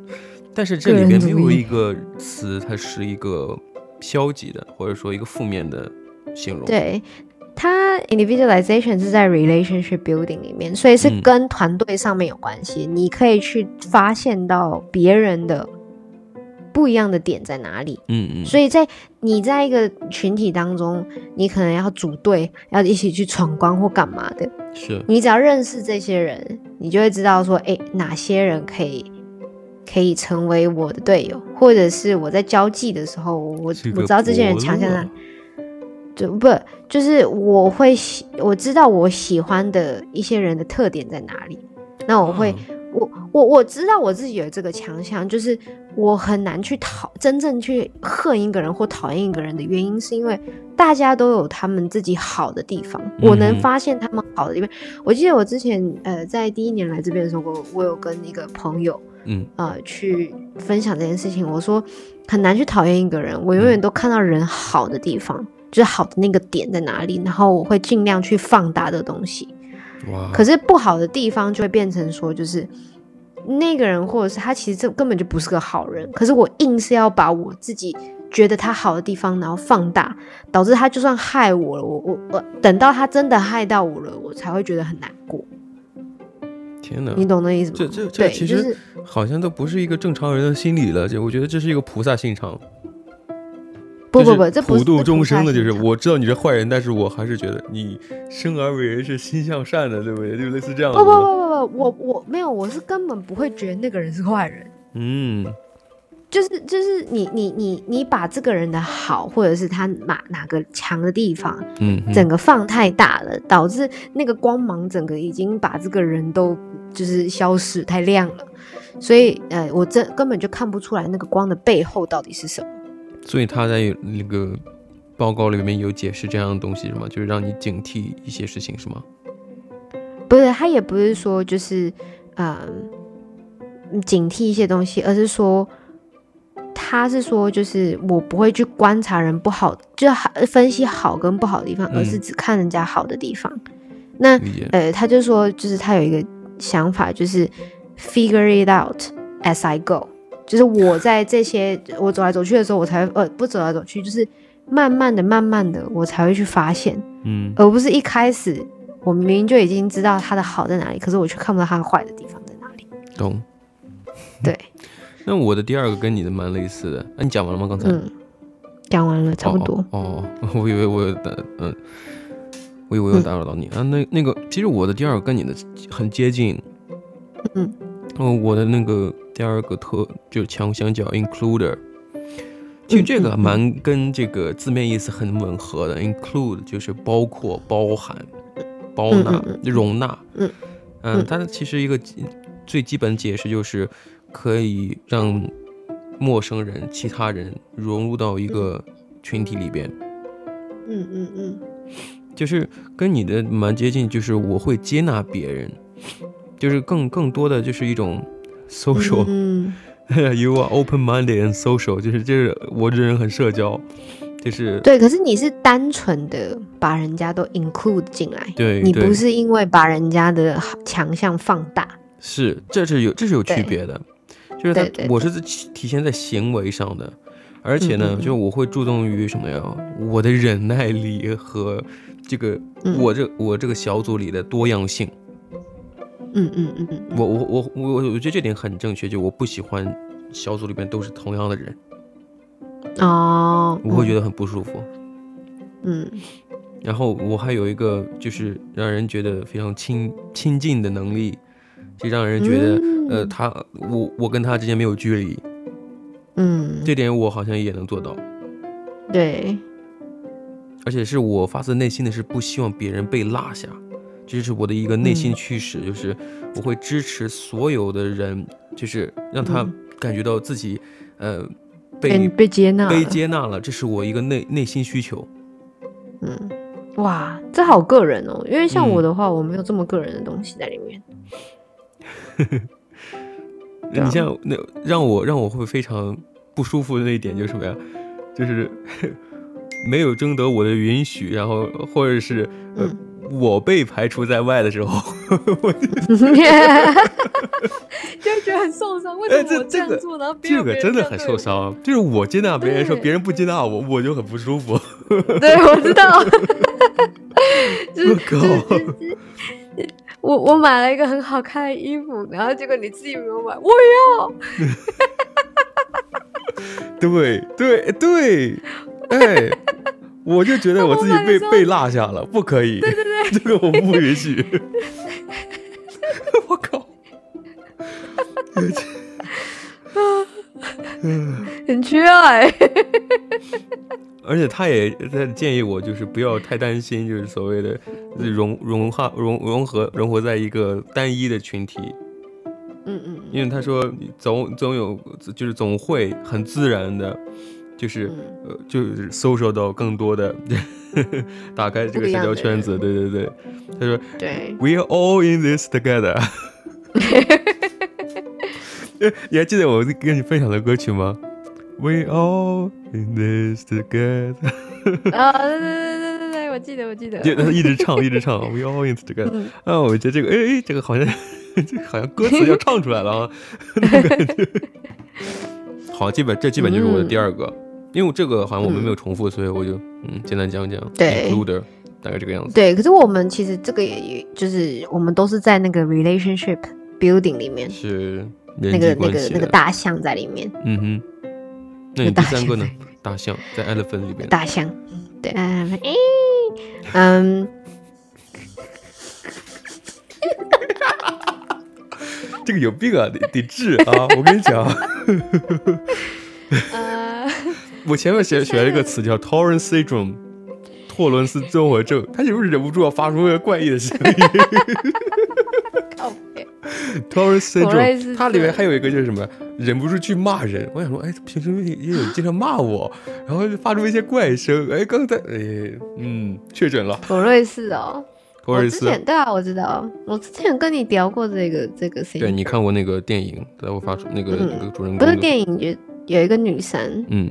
Speaker 1: 但是这
Speaker 2: 个
Speaker 1: 里
Speaker 2: 人
Speaker 1: 面没有
Speaker 2: 主义
Speaker 1: 一个词，它是一个消极的，或者说一个负面的形容。，
Speaker 2: 对。它 individualization 是在 relationship building 里面，所以是
Speaker 1: 嗯
Speaker 2: 跟团队上面有关系。你可以去发现到别人的不一样的点在哪里，
Speaker 1: 嗯嗯，
Speaker 2: 所以在你在一个群体当中，你可能要组队，要一起去闯关或干嘛的。
Speaker 1: 是，
Speaker 2: 你只要认识这些人，你就会知道说，哎，哪些人可以可以成为我的队友，或者是我在交际的时候，我
Speaker 1: 这
Speaker 2: 我
Speaker 1: 个啊
Speaker 2: 知道这些人强
Speaker 1: 伯
Speaker 2: 项
Speaker 1: 乐
Speaker 2: 在哪。就不就是我会喜，我知道我喜欢的一些人的特点在哪里，那我会、
Speaker 1: 啊
Speaker 2: 我我我知道我自己有这个强项，就是我很难去讨真正去恨一个人或讨厌一个人的原因，是因为大家都有他们自己好的地方，我
Speaker 1: 嗯
Speaker 2: 能
Speaker 1: 哼
Speaker 2: 发现他们好的地方。我记得我之前呃在第一年来这边的时候，我我有跟一个朋友
Speaker 1: 嗯
Speaker 2: 呃去分享这件事情，我说很难去讨厌一个人，我永
Speaker 1: 嗯
Speaker 2: 远都看到人好的地方，就是好的那个点在哪里，然后我会尽量去放大的东西。
Speaker 1: 哇，
Speaker 2: 可是不好的地方就会变成说，就是那个人或者是他其实这根本就不是个好人，可是我硬是要把我自己觉得他好的地方，然后放大，导致他就算害我了，我我我等到他真的害到我了，我才会觉得很难过。
Speaker 1: 天哪，
Speaker 2: 你懂那意思
Speaker 1: 嗯
Speaker 2: 吗？
Speaker 1: 这这这
Speaker 2: 对，
Speaker 1: 其
Speaker 2: 就
Speaker 1: 实
Speaker 2: 是
Speaker 1: 好像都不是一个正常人的心理了，这我觉得这是一个菩萨心肠。
Speaker 2: 不
Speaker 1: 就
Speaker 2: 不不，这不
Speaker 1: 普
Speaker 2: 是
Speaker 1: 度
Speaker 2: 不
Speaker 1: 众生的，
Speaker 2: 太
Speaker 1: 就是
Speaker 2: 正常
Speaker 1: 我知道你是坏人，但是我还是觉得你生而为人是心向善的，对不对？就类似这样
Speaker 2: 不
Speaker 1: 的。
Speaker 2: 不不不不，我我没有，我是根本不会觉得那个人是坏人。
Speaker 1: 嗯，
Speaker 2: 就是就是你你你你把这个人的好，或者是他哪哪个强的地方，
Speaker 1: 嗯嗯，
Speaker 2: 整个放太大了，导致那个光芒整个已经把这个人都就是消失太亮了，所以呃，我真根本就看不出来那个光的背后到底是什么。
Speaker 1: 嗯所以他在那个报告里面有解释这样的东西是吗？就是让你警惕一些事情是吗？
Speaker 2: 不是，他也不是说就是嗯、警惕一些东西，而是说他是说就是我不会去观察人不好，就是好分析好跟不好的地方，
Speaker 1: 嗯
Speaker 2: 而是只看人家好的地方。那
Speaker 1: 理解。
Speaker 2: 呃，他就说，就是他有一个想法，就是 figure it out as I go，就是我在这些我走来走去的时候，我才呃不走来走去，就是慢慢的、慢慢的，我才会去发现，
Speaker 1: 嗯，
Speaker 2: 而不是一开始我明明就已经知道他的好在哪里，可是我却看不到他的坏的地方在哪里。
Speaker 1: 懂。
Speaker 2: 对，
Speaker 1: 那我的第二个跟你的蛮类似的，啊那、你讲完了吗？刚才、
Speaker 2: 嗯，讲完了，差不多。
Speaker 1: 哦哦哦我以为我有打，嗯，我以为我
Speaker 2: 嗯
Speaker 1: 有打扰到你、啊。那那个，其实我的第二个跟你的很接近。
Speaker 2: 嗯。
Speaker 1: 哦，我的那个第二个特就是强相较 includer，其
Speaker 2: 嗯
Speaker 1: 实这个蛮跟这个字面意思很吻合的。include 就是包括、包含、包纳
Speaker 2: 嗯、嗯
Speaker 1: 容纳。
Speaker 2: 嗯
Speaker 1: 嗯、
Speaker 2: 嗯
Speaker 1: 它的其实一个基最基本解释就是可以让陌生人、其他人融入到一个群体里边，
Speaker 2: 嗯嗯嗯
Speaker 1: 就是跟你的蛮接近，就是我会接纳别人，就是更更多的就是一种 social、 (laughs)
Speaker 2: 嗯
Speaker 1: you are open-minded and social，就是就是我这人很社交，就是
Speaker 2: 对，可是你是单纯的把人家都 include 进来，
Speaker 1: 对
Speaker 2: 你
Speaker 1: 对
Speaker 2: 不是因为把人家的好强项放大。
Speaker 1: 是这是有这是有区
Speaker 2: 对
Speaker 1: 别的，就是它
Speaker 2: 对对
Speaker 1: 我是在体体现在行为上的，而且呢
Speaker 2: 嗯，嗯嗯
Speaker 1: 就我会注重于什么呀？我的忍耐力和这个
Speaker 2: 嗯
Speaker 1: 我这我这个小组里的多样性。
Speaker 2: 嗯嗯嗯嗯，
Speaker 1: 我我我我我觉得这点很正确，就我不喜欢小组里边都是同样的人，
Speaker 2: 嗯哦，
Speaker 1: 我会觉
Speaker 2: 得，
Speaker 1: 得很不舒服。
Speaker 2: 嗯
Speaker 1: 然后我还有一个就是让人觉得非常亲亲近的能力，就让人觉得、呃，
Speaker 2: 嗯
Speaker 1: 他我我跟他之间没有距离，
Speaker 2: 嗯，
Speaker 1: 这点我好像也能做到，
Speaker 2: 对，
Speaker 1: 而且是我发自内心的是不希望别人被落下，这是我的一个内心
Speaker 2: 嗯
Speaker 1: 驱使，就是我会支持所有的人，就是让他
Speaker 2: 嗯
Speaker 1: 感觉到自己呃
Speaker 2: 被
Speaker 1: 被
Speaker 2: 被接纳了，
Speaker 1: 被接纳了，这是我一个内内心需求。
Speaker 2: 嗯哇，这好个人哦，因为
Speaker 1: 嗯
Speaker 2: 像我的话，我没有这么个人的东西在里面。对啊
Speaker 1: 你像那让我让我会非常不舒服的那一点就是什么呀？就是 (laughs) 没有征得我的允许，然后或者是呃、
Speaker 2: 嗯
Speaker 1: 我被排除在外的时候，我就
Speaker 3: 就
Speaker 1: (laughs)
Speaker 3: 会觉得很受伤。为
Speaker 1: 哎
Speaker 3: 什么
Speaker 1: 这
Speaker 3: 我这样
Speaker 1: 这个
Speaker 3: 做，然后别
Speaker 1: 这
Speaker 3: 人
Speaker 1: 个
Speaker 3: 别人
Speaker 1: 真的
Speaker 3: 这样
Speaker 1: 很
Speaker 3: 对
Speaker 1: 受
Speaker 3: 我？
Speaker 1: 伤。就是我接纳别人说
Speaker 3: 对
Speaker 1: 别人不接纳我，我就很不舒服。
Speaker 2: 对，我知道，
Speaker 1: (laughs)
Speaker 2: 就是
Speaker 1: 我靠！
Speaker 3: 我我买了一个很好看的衣服，然后结果你自己没有买，我也要。
Speaker 1: 对对对，哎，我就觉得我自己
Speaker 3: 我买的
Speaker 1: 被
Speaker 3: 时候
Speaker 1: 被落下了，不可以，对对 (laughs) 对，这个我不允许。 (laughs) 我靠！
Speaker 3: 很缺爱、
Speaker 1: 而且他也在建议我，就是不要太担心，就是所谓的融融化融融合融合在一个单一的群体，
Speaker 2: 嗯嗯
Speaker 1: 因为他说你总总有就是总会很自然的，就是、
Speaker 3: 嗯
Speaker 1: 呃就是搜索到更多的， (laughs) 打开这
Speaker 2: 不
Speaker 1: 个
Speaker 2: 一
Speaker 1: 社
Speaker 2: 样
Speaker 1: 交
Speaker 2: 的
Speaker 1: 圈
Speaker 2: 人
Speaker 1: 子，对对对，他说
Speaker 2: 嗯，对，
Speaker 1: We are all in this together (laughs) 呃。你还记得我跟你分享的歌曲吗？We all in this together，
Speaker 3: 啊！对对对对对
Speaker 1: (laughs)
Speaker 3: 对，我记得我记得。
Speaker 1: 就他一直唱，一直唱。We all in this
Speaker 2: 嗯
Speaker 1: together。啊，我觉得这个，哎哎，这个好像，这个好像歌词要唱出来
Speaker 2: (laughs)
Speaker 1: 了啊，那个。好，基本这基本就是
Speaker 2: 嗯
Speaker 1: 我的第二个，因为这个好像我们没有重复，所以我就嗯简单讲讲。
Speaker 2: 对
Speaker 1: includer 大概这个样子。
Speaker 2: 对，可是我们其实这个也就是我们都是在那个 relationship building 里面，
Speaker 1: 是
Speaker 2: 那
Speaker 1: 人际
Speaker 2: 个那
Speaker 1: 关
Speaker 2: 个
Speaker 1: 系
Speaker 2: 那个
Speaker 1: 的
Speaker 2: 大象在里面，
Speaker 1: 嗯哼，那你
Speaker 2: 大
Speaker 1: 第三个
Speaker 2: 象
Speaker 1: 呢？大象在 elephant 里面。
Speaker 2: 大象，对，嗯，哎，嗯，
Speaker 1: 这个有病啊，得得治啊！我跟你讲，
Speaker 3: (laughs)
Speaker 2: (laughs)
Speaker 3: 呃，
Speaker 1: 我前面学学了一个词叫 Torrance syndrome，托伦斯综合症，他是不是忍不住要发出那个怪异的声音
Speaker 2: (laughs)
Speaker 3: 靠北
Speaker 1: ？Torrance
Speaker 3: 托伦斯
Speaker 1: syndrome，
Speaker 3: 症
Speaker 1: 它里面还有一个就是什么，忍不住去骂人。我想说，哎，平时也也有经常骂我，然后就发出一些怪声。哎，刚才，哎，嗯，确诊了，
Speaker 3: 普瑞士哦，
Speaker 1: 托
Speaker 2: 我
Speaker 1: 伦
Speaker 2: 之
Speaker 1: 斯。
Speaker 2: 前对啊，我知道，我之前跟你聊过这个这个事
Speaker 1: 对，
Speaker 2: 情，
Speaker 1: 你看过那个电影，对，我发出那个、
Speaker 2: 嗯
Speaker 1: 那个主人公
Speaker 2: 不是
Speaker 1: 的
Speaker 2: 电影，就有一个女生，
Speaker 1: 嗯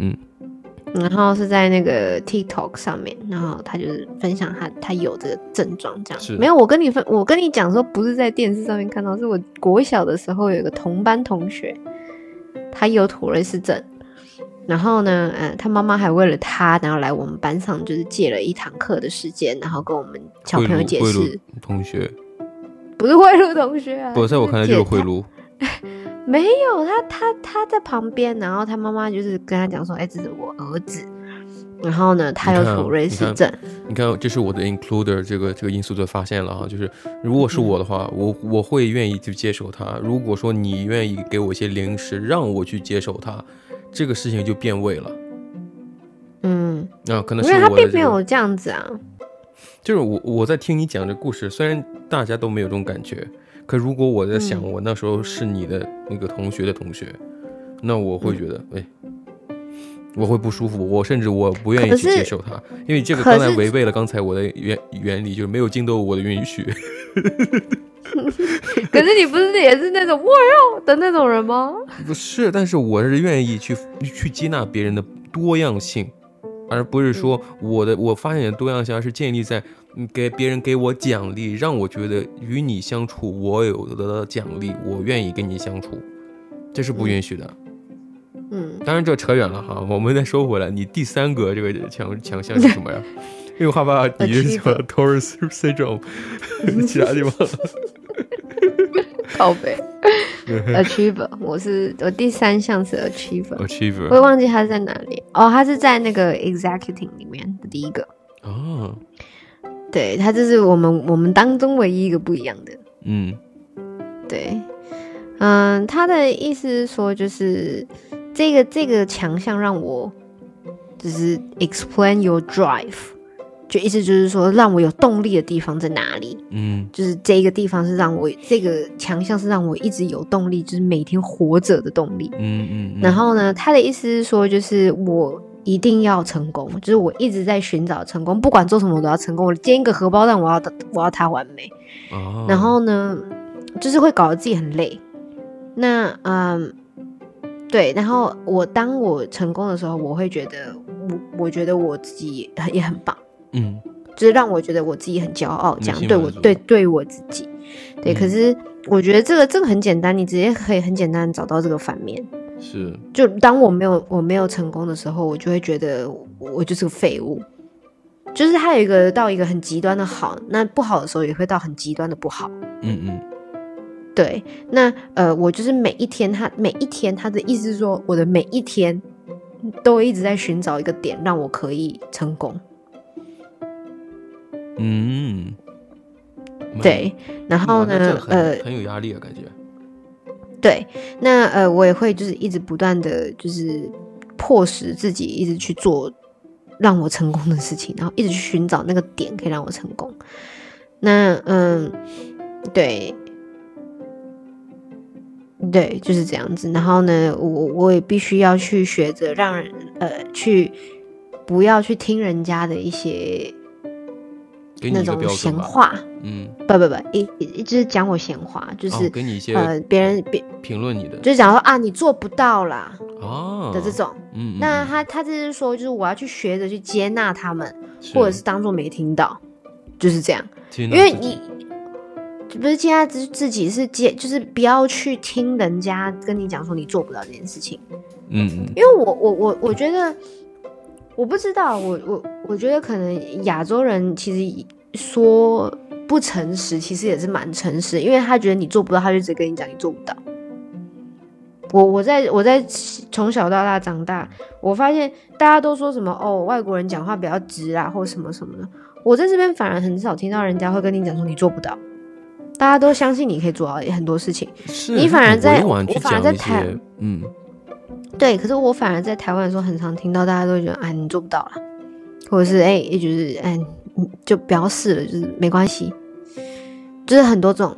Speaker 1: 嗯，
Speaker 2: 然后是在那个 TikTok 上面，然后她就是分享她她有这个症状，这
Speaker 1: 是
Speaker 2: 样没有我跟你分，我跟你讲说不是在电视上面看到，是我国小的时候有一个同班同学，他有妥瑞氏症，然后呢，嗯、他妈妈还为了他，然后来我们班上就是借了一堂课的时间，然后跟我们小
Speaker 1: 贿
Speaker 2: 朋友
Speaker 1: 赂
Speaker 2: 解
Speaker 1: 贿
Speaker 2: 释
Speaker 1: 赂，同学，
Speaker 2: 不是贿赂同学啊，
Speaker 1: 我在我看来就
Speaker 2: 借
Speaker 1: 是
Speaker 2: 他
Speaker 1: 贿赂。
Speaker 2: 没有，他他他在旁边，然后他妈妈就是跟他讲说，哎、这是我儿子，然后呢，他有
Speaker 1: 你看啊
Speaker 2: 妥瑞
Speaker 1: 你
Speaker 2: 氏
Speaker 1: 看
Speaker 2: 症，
Speaker 1: 你看，这是我的 includer 这个这个因素的发现了哈，就是如果是
Speaker 2: 嗯
Speaker 1: 我的话，我我会愿意去接受它。如果说你愿意给我一些零食，让我去接受它，这个事情就变味了。
Speaker 2: 嗯，
Speaker 1: 那、可能
Speaker 2: 因
Speaker 1: 是
Speaker 2: 为
Speaker 1: 我
Speaker 2: 他
Speaker 1: 的、这
Speaker 2: 并
Speaker 1: 个、
Speaker 2: 没有这样子啊， (laughs)
Speaker 1: 就是我我在听你讲这故事，虽然大家都没有这种感觉，可如果我在想
Speaker 2: 嗯
Speaker 1: 我那时候是你的那个同学的同学，那我
Speaker 2: 嗯
Speaker 1: 会觉得，哎，我会不舒服，我甚至我不愿意
Speaker 2: 可
Speaker 1: 去接
Speaker 2: 是
Speaker 1: 受它，因为这个
Speaker 2: 可
Speaker 1: 刚才
Speaker 2: 是
Speaker 1: 违背了刚才我的原原理，就是没有经得我的允许。
Speaker 3: 可是你不是也是那种我要的那种人吗？
Speaker 1: 不是，但是我是愿意去去接纳别人的多样性，而不是说
Speaker 2: 嗯
Speaker 1: 我的我发现的多样性而是建立在嗯给别人给我奖励，让我觉得与你相处我有得到奖励，我愿意跟你相处，这是不允许的。
Speaker 2: 嗯，
Speaker 1: (laughs) 当然这扯远了哈，我们再说回来，你第三个这个强强项是什么呀？因为我害怕你是讲
Speaker 2: Achiever
Speaker 1: Taurus (laughs)
Speaker 2: (laughs)
Speaker 1: syndrome，其他地方
Speaker 2: 靠
Speaker 1: (laughs)
Speaker 2: 背，achiever，我是我第三项是 achiever，我
Speaker 1: achiever
Speaker 2: 也忘记他在哪里，哦，他是在那个 executing 里面的第一个，
Speaker 1: 啊，
Speaker 2: 对他这是我们我们当中唯一一个不一样的，
Speaker 1: 嗯
Speaker 2: 对，嗯，他的意思是说，就是这个这个强项让我就是 explain your drive，就意思就是说让我有动力的地方在哪里，
Speaker 1: 嗯
Speaker 2: 就是这一个地方是让我这个强项是让我一直有动力，就是每天活着的动力。
Speaker 1: 嗯嗯，嗯
Speaker 2: 然后呢，他的意思是说，就是我一定要成功，就是我一直在寻找成功，不管做什么我都要成功。我煎一个荷包蛋，我要我要它完美。
Speaker 1: 哦，
Speaker 2: 然后呢，就是会搞得自己很累。那嗯，对，然后我当我成功的时候，我会觉得我我觉得我自己很也很棒，
Speaker 1: 嗯，
Speaker 2: 就是让我觉得我自己很骄傲，这样
Speaker 1: 内心
Speaker 2: 对
Speaker 1: 满
Speaker 2: 我
Speaker 1: 足
Speaker 2: 对对我自己。对，
Speaker 1: 嗯
Speaker 2: 可是我觉得这个这个很简单，你直接可以很简单地找到这个反面。
Speaker 1: 是，
Speaker 2: 就当我没有我没有成功的时候，我就会觉得我我就是个废物。就是它有一个到一个很极端的好，那不好的时候也会到很极端的不好。
Speaker 1: 嗯嗯，
Speaker 2: 对，那呃，我就是每一天他每一天他的意思是说，我的每一天都一直在寻找一个点，让我可以成功。
Speaker 1: 嗯，蛮
Speaker 2: 对，，然后
Speaker 1: 嗯哇那这
Speaker 2: 呢
Speaker 1: 样，很
Speaker 2: 呃，
Speaker 1: 很有压力啊，感觉，
Speaker 2: 对，那呃，我也会就是一直不断的就是迫使自己一直去做让我成功的事情，然后一直去寻找那个点可以让我成功。那嗯，对。对，就是这样子。然后呢，我我也必须要去学着让人呃去不要去听人家的一些
Speaker 1: 给你
Speaker 2: 那
Speaker 1: 一个
Speaker 2: 种
Speaker 1: 标
Speaker 2: 闲
Speaker 1: 准吧，
Speaker 2: 话，
Speaker 1: 嗯，
Speaker 2: 不不不，一一就是讲我闲话，就
Speaker 1: 哦
Speaker 2: 是、
Speaker 1: 给你一些
Speaker 2: 呃别人别
Speaker 1: 评论你的，
Speaker 2: 就是讲说啊你做不到啦，
Speaker 1: 哦
Speaker 2: 的这，种。
Speaker 1: 嗯，嗯
Speaker 2: 那
Speaker 1: 嗯
Speaker 2: 他他这是说，就是我要去学着去接纳他们，
Speaker 1: 是
Speaker 2: 或者是当做没听到，就是这样。
Speaker 1: 接纳
Speaker 2: 因为
Speaker 1: 自己
Speaker 2: 你不是接纳自自己，是接就是不要去听人家跟你讲说你做不到这件事情。
Speaker 1: 嗯嗯
Speaker 2: 因为我我我我觉得，我不知道，我我我觉得可能亚洲人其实说不诚实，其实也是蛮诚实，因为他觉得你做不到，他就直接跟你讲你做不到。我我在我在从小到大长大，我发现大家都说什么哦，外国人讲话比较直啊，或什么什么的。我在这边反而很少听到人家会跟你讲说你做不到，大家都相信你可以做到很多事情。
Speaker 1: 是
Speaker 2: 你
Speaker 1: 他
Speaker 2: 反而
Speaker 1: 很
Speaker 2: 在
Speaker 1: 委婉
Speaker 2: 我
Speaker 1: 去
Speaker 2: 反而
Speaker 1: 讲
Speaker 2: 在
Speaker 1: 一
Speaker 2: 谈
Speaker 1: 些，嗯，
Speaker 2: 对，可是我反而在台湾的时候，很常听到大家都会觉得，哎，你做不到啦，或者是哎，也就是哎，你就不要试了，就是没关系，就是很多种。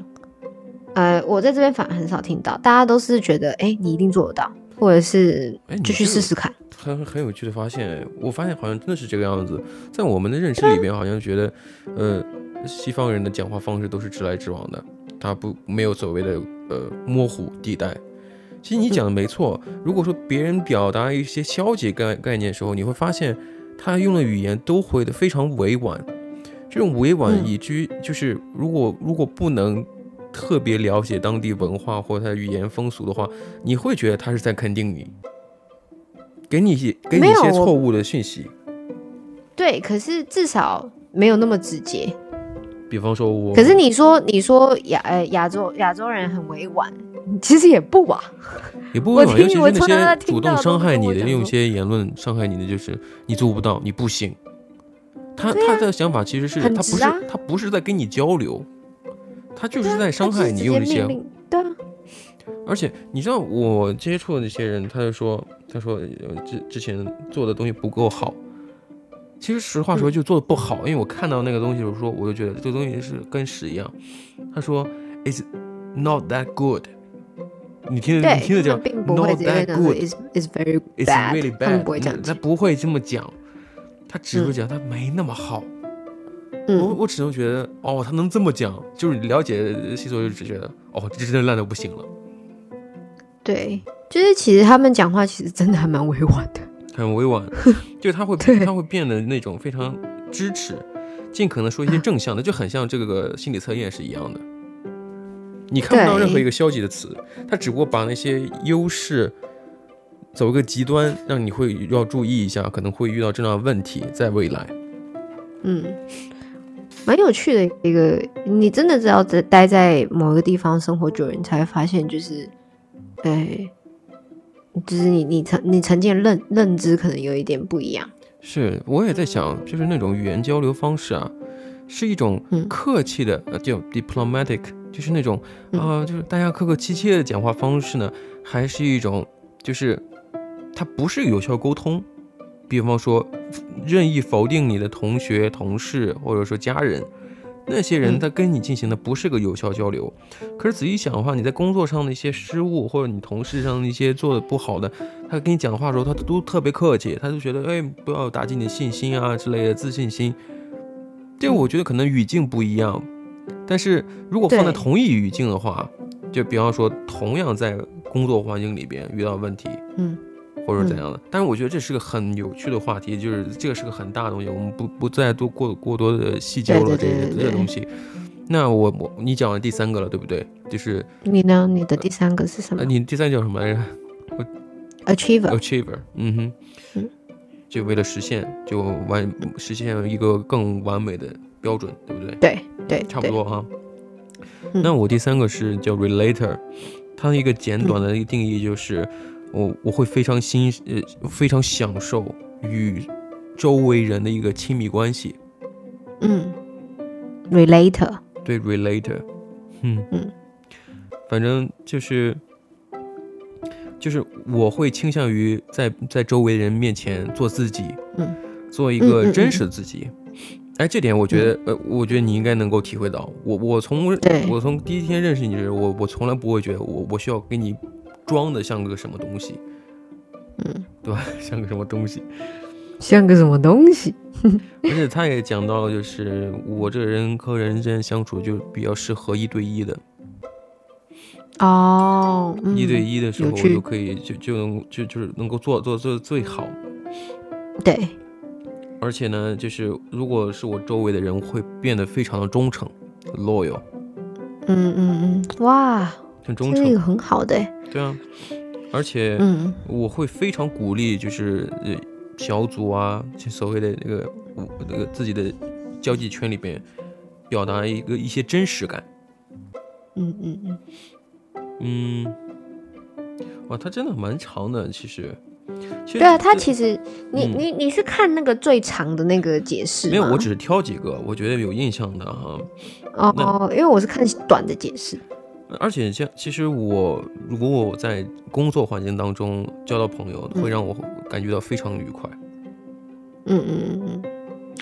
Speaker 2: 呃，我在这边反而很少听到，大家都是觉得，哎，你一定做得到，或者是
Speaker 1: 哎你
Speaker 2: 就去
Speaker 1: 这个
Speaker 2: 试试看。
Speaker 1: 很很有趣的发现，我发现好像真的是这个样子，在我们的认知里边，好像觉得，呃，西方人的讲话方式都是直来直往的，他不没有所谓的呃模糊地带。其实你讲的没错，如果说别人表达一些消极概概念的时候，你会发现他用的语言都会的非常委婉，这种委婉
Speaker 2: 嗯
Speaker 1: 以至于就是如果如果不能。特别了解当地文化或他语言风俗的话，你会觉得他是在肯定你，给你一些给你
Speaker 2: 没
Speaker 1: 一
Speaker 2: 有
Speaker 1: 些
Speaker 2: 我
Speaker 1: 错误的讯息。
Speaker 2: 对，可是至少没有那么直接。
Speaker 1: 比方说我，
Speaker 2: 可是你说，你说亚呃亚洲亚洲人很委婉，其实也不啊。
Speaker 1: 也不
Speaker 3: 我
Speaker 1: 会嘛，
Speaker 3: 听
Speaker 1: 尤其是
Speaker 3: 我
Speaker 1: 那
Speaker 3: 从来
Speaker 1: 些
Speaker 3: 都听
Speaker 1: 主动
Speaker 3: 到
Speaker 1: 伤
Speaker 3: 都是
Speaker 1: 害
Speaker 3: 跟
Speaker 1: 你
Speaker 3: 我
Speaker 1: 的
Speaker 3: 讲
Speaker 1: 用一
Speaker 3: 说
Speaker 1: 些言论伤害你的，就是你做不到，你不行。他他的想法其实是
Speaker 2: 很
Speaker 1: 他不
Speaker 2: 直
Speaker 1: 是
Speaker 2: 啊
Speaker 1: 他不是在跟你交流，他就
Speaker 2: 对
Speaker 1: 是
Speaker 2: 啊
Speaker 1: 在
Speaker 2: 他
Speaker 1: 伤
Speaker 2: 就是
Speaker 1: 害你
Speaker 2: 直
Speaker 1: 用
Speaker 2: 接
Speaker 1: 这些
Speaker 2: 命令。对啊，
Speaker 1: 而且你知道我接触的那些人，他就说，他说呃之之前做的东西不够好。其实实话说，就做的不好，因为我看到那个东西，我说我就觉得这个东西是跟屎一样。他说，It's not that good。你听得
Speaker 2: 对，
Speaker 1: 嗯你听得
Speaker 2: 他
Speaker 1: 讲
Speaker 2: 们并不会
Speaker 1: ，not
Speaker 2: 直接跟
Speaker 1: that
Speaker 2: 你讲说
Speaker 1: good。
Speaker 2: is is very
Speaker 1: It's
Speaker 2: bad，
Speaker 1: really
Speaker 2: 他
Speaker 1: bad，嗯
Speaker 2: 们不会这样
Speaker 1: 他
Speaker 2: 讲。
Speaker 1: 不会这么讲，他只会
Speaker 2: 嗯
Speaker 1: 讲他没那么好。我
Speaker 2: 嗯，
Speaker 1: 我只能觉得，哦，他能这么讲，就是你了解西索就只觉得，哦，这真的烂到不行了，
Speaker 2: 对，就是其实他们讲话其实真的还蛮委婉的。
Speaker 1: 很委
Speaker 2: (laughs)
Speaker 1: 婉，就是他会
Speaker 2: 对
Speaker 1: 他会变得那种非常支持，尽可能说一些正向的，就很像这个心理测验是一样的。你看不到任何一个消极的词，他只不过把那些优势走一个极端，让你会要注意一下，可能会遇到这样的问题在未来。
Speaker 2: 嗯，蛮有趣的一个，你真的只要在待在某一个地方生活久了，你才会发现，就是，哎，就是你你成你成见认认知可能有一点不一样。
Speaker 1: 是，我也在想，就是那种语言交流方式啊，是一种
Speaker 2: 嗯
Speaker 1: 客气的，呃，叫 diplomatic，就是那种
Speaker 2: 嗯
Speaker 1: 啊、就是大家客客气气的讲话方式呢，还是一种，就是它不是有效沟通。比方说，任意否定你的同学、同事，或者说家人，那些人他跟你进行的不是个有效交流。可是仔细想的话，你在工作上的一些失误，或者你同事上的一些做的不好的，他跟你讲话的时候，他都特别客气，他就觉得哎，不要打击你的信心啊之类的自信心。这个我觉得可能语境不一样，但是如果放在
Speaker 2: 对
Speaker 1: 同一语境的话，就比方说同样在工作环境里边遇到问题，
Speaker 2: 嗯，
Speaker 1: 或者怎样的。但是我觉得这是个很有趣的话题，就是这个是个很大的东西，我们不不再多过过多的细究了
Speaker 2: 对对
Speaker 1: 这些
Speaker 2: 对对
Speaker 1: 这
Speaker 2: 对
Speaker 1: 些东西。那我我你讲了第三个了，对不对？就是
Speaker 2: 你呢？你的第三个是什么
Speaker 1: 呃，你第三个叫什么来着呃
Speaker 2: ？Achiever，
Speaker 1: ？Achiever，嗯哼，
Speaker 2: 嗯
Speaker 1: 就为了实现，就完实现一个更完美的标准，对不对？
Speaker 2: 对对，
Speaker 1: 差不
Speaker 2: 对。
Speaker 1: 多哈。
Speaker 2: 嗯
Speaker 1: 那我第三个是叫 relator，它的一个简短
Speaker 2: 嗯
Speaker 1: 的一个定义就是，我我会非常欣呃非常享受与周围人的一个亲密关系。
Speaker 2: 嗯，Relator，
Speaker 1: 对 relator，嗯
Speaker 2: 嗯，
Speaker 1: 反正就是就是我会倾向于在在周围人面前做自己，
Speaker 2: 嗯，
Speaker 1: 做一个
Speaker 2: 嗯嗯
Speaker 1: 真实的自己。哎，这点我觉得，呃，我觉得你应该能够体会到。我我从
Speaker 2: 对
Speaker 1: 我从第一天认识你的时候，我我从来不会觉得我我需要给你装的像个什么东西，
Speaker 2: 嗯，
Speaker 1: 对吧？ (laughs) 像个什么东西。
Speaker 3: 像个什么东西？
Speaker 1: 而且他也讲到，就是我这个人和人之间相处就比较适合一对一的，
Speaker 2: 哦，嗯
Speaker 1: 一对，一的时候，
Speaker 2: 有
Speaker 1: 我
Speaker 2: 趣
Speaker 1: 就可以就就能就就是能够做做做最好。
Speaker 2: 对，
Speaker 1: 而且呢，就是如果是我周围的人，会变得非常的忠诚，loyal，
Speaker 2: 嗯嗯嗯，哇，
Speaker 1: 很忠
Speaker 2: 这是一个
Speaker 1: 诚，
Speaker 2: 很好的欸，
Speaker 1: 对啊。而且
Speaker 2: 嗯
Speaker 1: 我会非常鼓励，就是呃小组啊，就所谓的那个我那个自己的交际圈里边，表达一个一些真实感。
Speaker 2: 嗯嗯嗯，
Speaker 1: 嗯，哇，它真的蛮长的，其实。其实
Speaker 2: 对啊，他
Speaker 1: 这
Speaker 2: 其实你
Speaker 1: 嗯
Speaker 2: 你你是看那个最长的那个解释
Speaker 1: 没有，我
Speaker 2: 吗
Speaker 1: 只是挑几个我觉得有印象的哈。
Speaker 2: 哦，因为我是看短的解释，
Speaker 1: 而且像其实我如果我在工作环境当中交到朋友，会
Speaker 2: 嗯
Speaker 1: 让我感觉到非常愉快。
Speaker 2: 嗯嗯嗯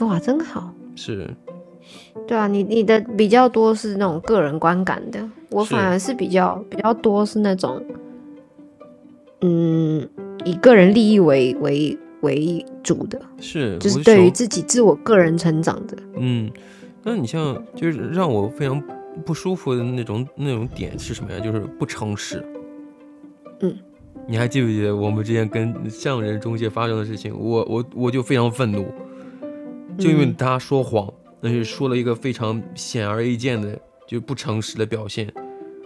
Speaker 2: 嗯，哇，真好。
Speaker 1: 是，
Speaker 2: 对啊，你你的比较多是那种个人观感的，我
Speaker 1: 是
Speaker 2: 反而是比较比较多是那种，嗯，以个人利益为为为主的，
Speaker 1: 是，
Speaker 2: 就
Speaker 1: 我
Speaker 2: 是对于
Speaker 1: 想
Speaker 2: 自己自我个人成长的。
Speaker 1: 嗯，那你像就是让我非常不舒服的那种那种点是什么呀？就是不诚实。
Speaker 2: 嗯，
Speaker 1: 你还记不记得我们之前跟相人中介发生的事情？我我我就非常愤怒，就因为
Speaker 2: 嗯
Speaker 1: 他说谎，而且说了一个非常显而易见的就不诚实的表现，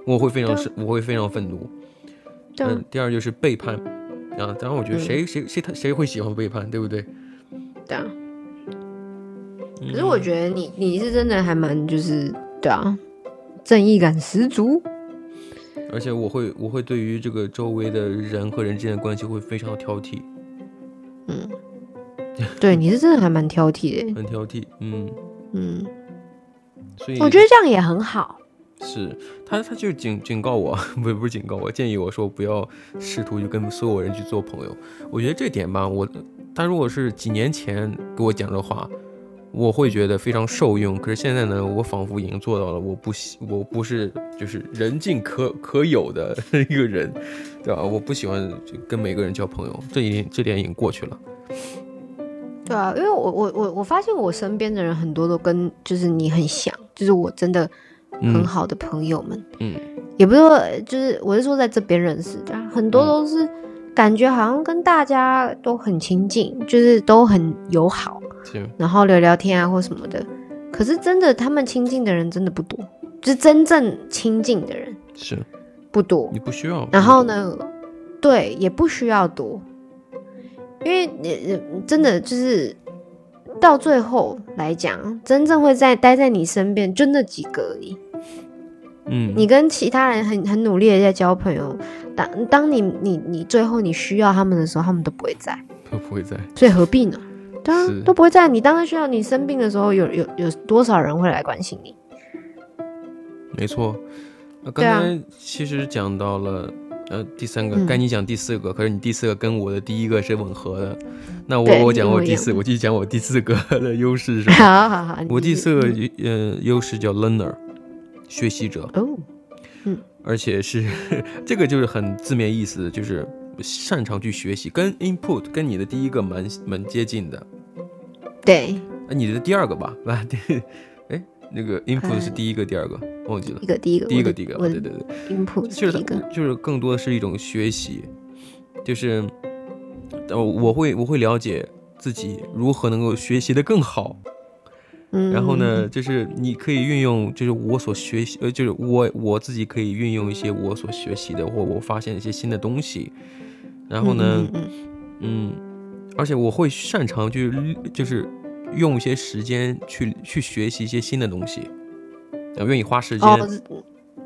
Speaker 1: 我会非常
Speaker 2: 对
Speaker 1: 是我会非常愤怒。
Speaker 2: 对
Speaker 1: 嗯
Speaker 2: 啊，，
Speaker 1: 第二就是背叛。啊，当然，我觉得
Speaker 2: 嗯
Speaker 1: 谁、谁谁他谁会喜欢背叛，对不对？
Speaker 2: 对啊。
Speaker 1: 可
Speaker 2: 可是我觉得你你是真的还蛮就是对啊，正义感十足。
Speaker 1: 而且我会我会对于这个周围的人和人之间的关系会非常挑剔，
Speaker 2: 嗯，对，你是真的还蛮挑剔的。
Speaker 1: 很挑剔，嗯，
Speaker 2: 嗯，
Speaker 1: 所以
Speaker 2: 我觉得这样也很好。
Speaker 1: 是他他就警警告我， (laughs) 不是不是警告我，建议我说不要试图去跟所有人去做朋友。我觉得这点吧，我他如果是几年前给我讲这话，我会觉得非常受用。可是现在呢，我仿佛已经做到了，我不喜我不是就是人尽可可有的 (laughs) 一个人，对吧？我不喜欢就跟每个人交朋友，这一点这点已经过去了。
Speaker 2: 对啊，因为我我我我发现我身边的人很多都跟就是你很像，就是我真的很
Speaker 1: 嗯
Speaker 2: 好的朋友们，
Speaker 1: 嗯。
Speaker 2: 也不是说就是我是说在这边认识的啊，很多
Speaker 1: 嗯
Speaker 2: 都是感觉好像跟大家都很亲近，就是都很友好，
Speaker 1: 行，
Speaker 2: 然后聊聊天啊或什么的。可是真的，他们亲近的人真的不多，就是真正亲近的人
Speaker 1: 是
Speaker 2: 不多。
Speaker 1: 你不需要。
Speaker 2: 然后呢，对，也不需要多，因为你真的就是到最后来讲，真正会在待在你身边就那几个而已。
Speaker 1: 嗯，
Speaker 2: 你跟其他人很很努力的在交朋友，当当你你你最后你需要他们的时候，他们都不会在，
Speaker 1: 都不会在。
Speaker 2: 所以何必呢？对啊
Speaker 1: 是，
Speaker 2: 都不会在。你当他需要你生病的时候，有有有多少人会来关心你？
Speaker 1: 没错，呃刚
Speaker 2: 对啊
Speaker 1: 才其实讲到了，呃，第三个
Speaker 2: 嗯
Speaker 1: 该你讲第四个，可是你第四个跟我的第一个是吻合的，那
Speaker 2: 对
Speaker 1: 我我讲
Speaker 2: 一模
Speaker 1: 我
Speaker 2: 一
Speaker 1: 第
Speaker 2: 样
Speaker 1: 四，我继续讲我第四个 (laughs) 的优势是什么？
Speaker 2: (laughs) 好好好，
Speaker 1: 我第
Speaker 2: 你
Speaker 1: 四个
Speaker 2: 嗯
Speaker 1: 优呃优势叫 learner，学习者，
Speaker 2: 哦，
Speaker 1: 而且是 (laughs) 这个就是很字面意思，就是擅长去学习，跟 input 跟你的第一个蛮蛮接近的。
Speaker 2: 对，
Speaker 1: 哎，你的第二个吧， (laughs) 啊，第，哎，那个 input 是第一个，第二个忘记了
Speaker 2: 一，个第一个，
Speaker 1: 第一
Speaker 2: 我
Speaker 1: 个，
Speaker 2: 的
Speaker 1: 第一个，
Speaker 2: 我
Speaker 1: 对
Speaker 2: 的
Speaker 1: 对对，
Speaker 2: input
Speaker 1: 就是
Speaker 2: 第一
Speaker 1: 它
Speaker 2: 个，
Speaker 1: 就是更多的是一种学习，就是，呃，我会我会了解自己如何能够学习的更好，
Speaker 2: 嗯，
Speaker 1: 然后呢，就是你可以运用，就是我所学习，呃，就是我我自己可以运用一些我所学习的，或我发现一些新的东西，然
Speaker 2: 嗯，
Speaker 1: 后呢
Speaker 2: 嗯，，嗯嗯
Speaker 1: 嗯，而且我会擅长去，就是用一些时间去去学习一些新的东西，呃，愿意花时间，
Speaker 2: 哦，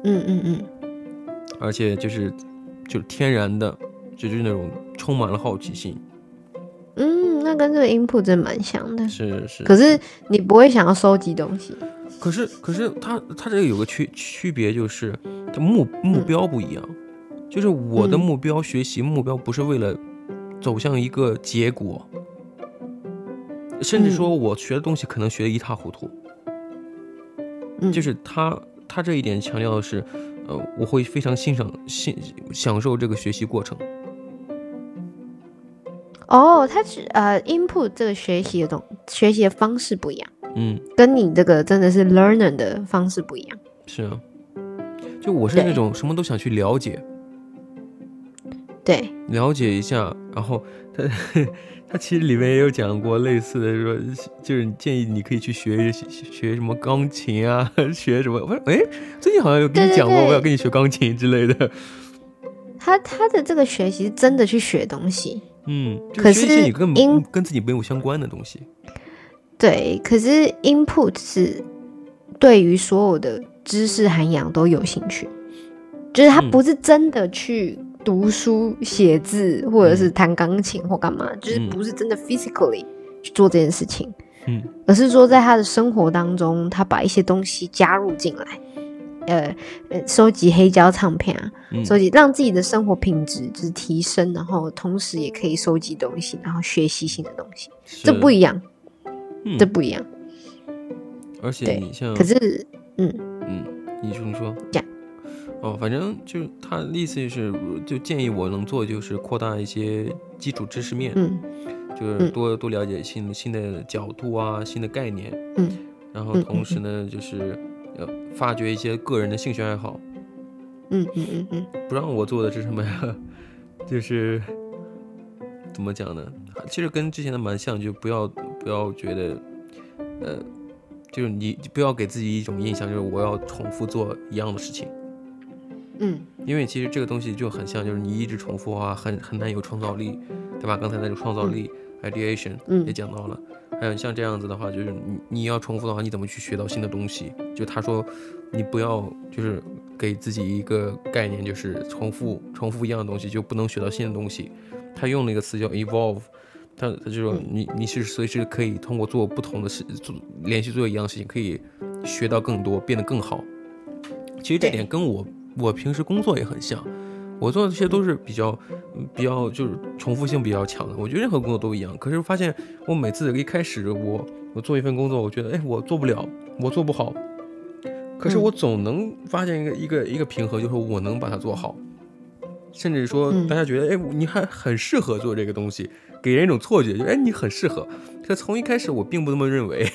Speaker 2: 嗯嗯嗯，
Speaker 1: 而且就是就是天然的，就是那种充满了好奇心，
Speaker 2: 嗯，那跟这个 input 真蛮像的，
Speaker 1: 是是。
Speaker 2: 可是你不会想要收集东西，
Speaker 1: 可是可是它它这个有个区区别就是它目目标不一样，就是我的
Speaker 2: 嗯
Speaker 1: 目标、学习目标不是为了走向一个结果，甚至
Speaker 2: 嗯
Speaker 1: 说我学的东西可能学的一塌糊涂。
Speaker 2: 嗯，
Speaker 1: 就是他他这一点强调的是，呃，我会非常欣赏欣享受这个学习过程。
Speaker 2: 哦，它是呃 input 这个学习的东学习的方式不一样，
Speaker 1: 嗯，
Speaker 2: 跟你这个真的是 learner 的方式不一样，
Speaker 1: 是啊，就我是那
Speaker 2: 对
Speaker 1: 种什么都想去了解，
Speaker 2: 对，
Speaker 1: 了解一下。然后他他其实里面也有讲过类似的说，就是建议你可以去学学学什么钢琴啊， (laughs) 学什么。我说哎，最近好像有跟
Speaker 2: 对
Speaker 1: 你
Speaker 2: 对
Speaker 1: 讲过，
Speaker 2: 对
Speaker 1: 我要跟你学钢琴之类的。
Speaker 2: 他他的这个学习是真的去学东西，
Speaker 1: 嗯，就
Speaker 2: 可
Speaker 1: 学一些
Speaker 2: 是
Speaker 1: 你根
Speaker 2: 因
Speaker 1: 本跟自己没有相关的东西。
Speaker 2: 对，可是 input 是对于所有的知识涵养都有兴趣，就是他
Speaker 1: 嗯
Speaker 2: 不是真的去读书、写字，或者是
Speaker 1: 嗯
Speaker 2: 弹钢琴或干嘛，就是
Speaker 1: 嗯
Speaker 2: 不是真的 physically 去做这件事情，
Speaker 1: 嗯，
Speaker 2: 而是说在他的生活当中，他把一些东西加入进来。呃，呃收集黑胶唱片啊，
Speaker 1: 嗯
Speaker 2: 收集让自己的生活品质就是提升，然后同时也可以收集东西，然后学习新的东西，这
Speaker 1: 是
Speaker 2: 不一样，
Speaker 1: 嗯
Speaker 2: 这不一样。
Speaker 1: 而且
Speaker 2: 对
Speaker 1: 你像
Speaker 2: 可是，嗯，
Speaker 1: 嗯，你这么说
Speaker 2: 这样。
Speaker 1: 哦，反正就是他的意思就是，就建议我能做就是扩大一些基础知识面，
Speaker 2: 嗯
Speaker 1: 就是
Speaker 2: 嗯
Speaker 1: 多多了解新的新的角度啊，新的概念，
Speaker 2: 嗯，
Speaker 1: 然后
Speaker 2: 嗯
Speaker 1: 同时呢就是呃发掘一些个人的兴趣爱好。
Speaker 2: 嗯嗯嗯嗯，
Speaker 1: 不让我做的是什么呀？ (laughs) 就是怎么讲呢？其实跟之前的蛮像，就不要不要觉得呃，就是你不要给自己一种印象，就是我要重复做一样的事情。
Speaker 2: 嗯
Speaker 1: 因为其实这个东西就很像，就是你一直重复啊，很很难有创造力，对吧？刚才那个创造力、ideation
Speaker 2: 嗯
Speaker 1: 也讲到了，还有像这样子的话，就是你你要重复的话，你怎么去学到新的东西？就他说，你不要就是给自己一个概念，就是重复重复一样的东西就不能学到新的东西。他用了一个词叫 evolve。他他就说
Speaker 2: 嗯
Speaker 1: 你你是随时可以通过做不同的事，做连续做一样事情，可以学到更多，变得更好。其实这
Speaker 2: 对
Speaker 1: 点跟我我平时工作也很像，我做的这些都是比较嗯比较就是重复性比较强的。我觉得任何工作都一样，可是发现我每次一开始我我做一份工作，我觉得哎我做不了，我做不好，可是
Speaker 2: 嗯
Speaker 1: 我总能发现一个一个一个平衡，就是我能把它做好。甚至说，
Speaker 2: 嗯
Speaker 1: 大家觉得，哎，你还很适合做这个东西，给人一种错觉，就哎，你很适合。可从一开始，我并不那么认为，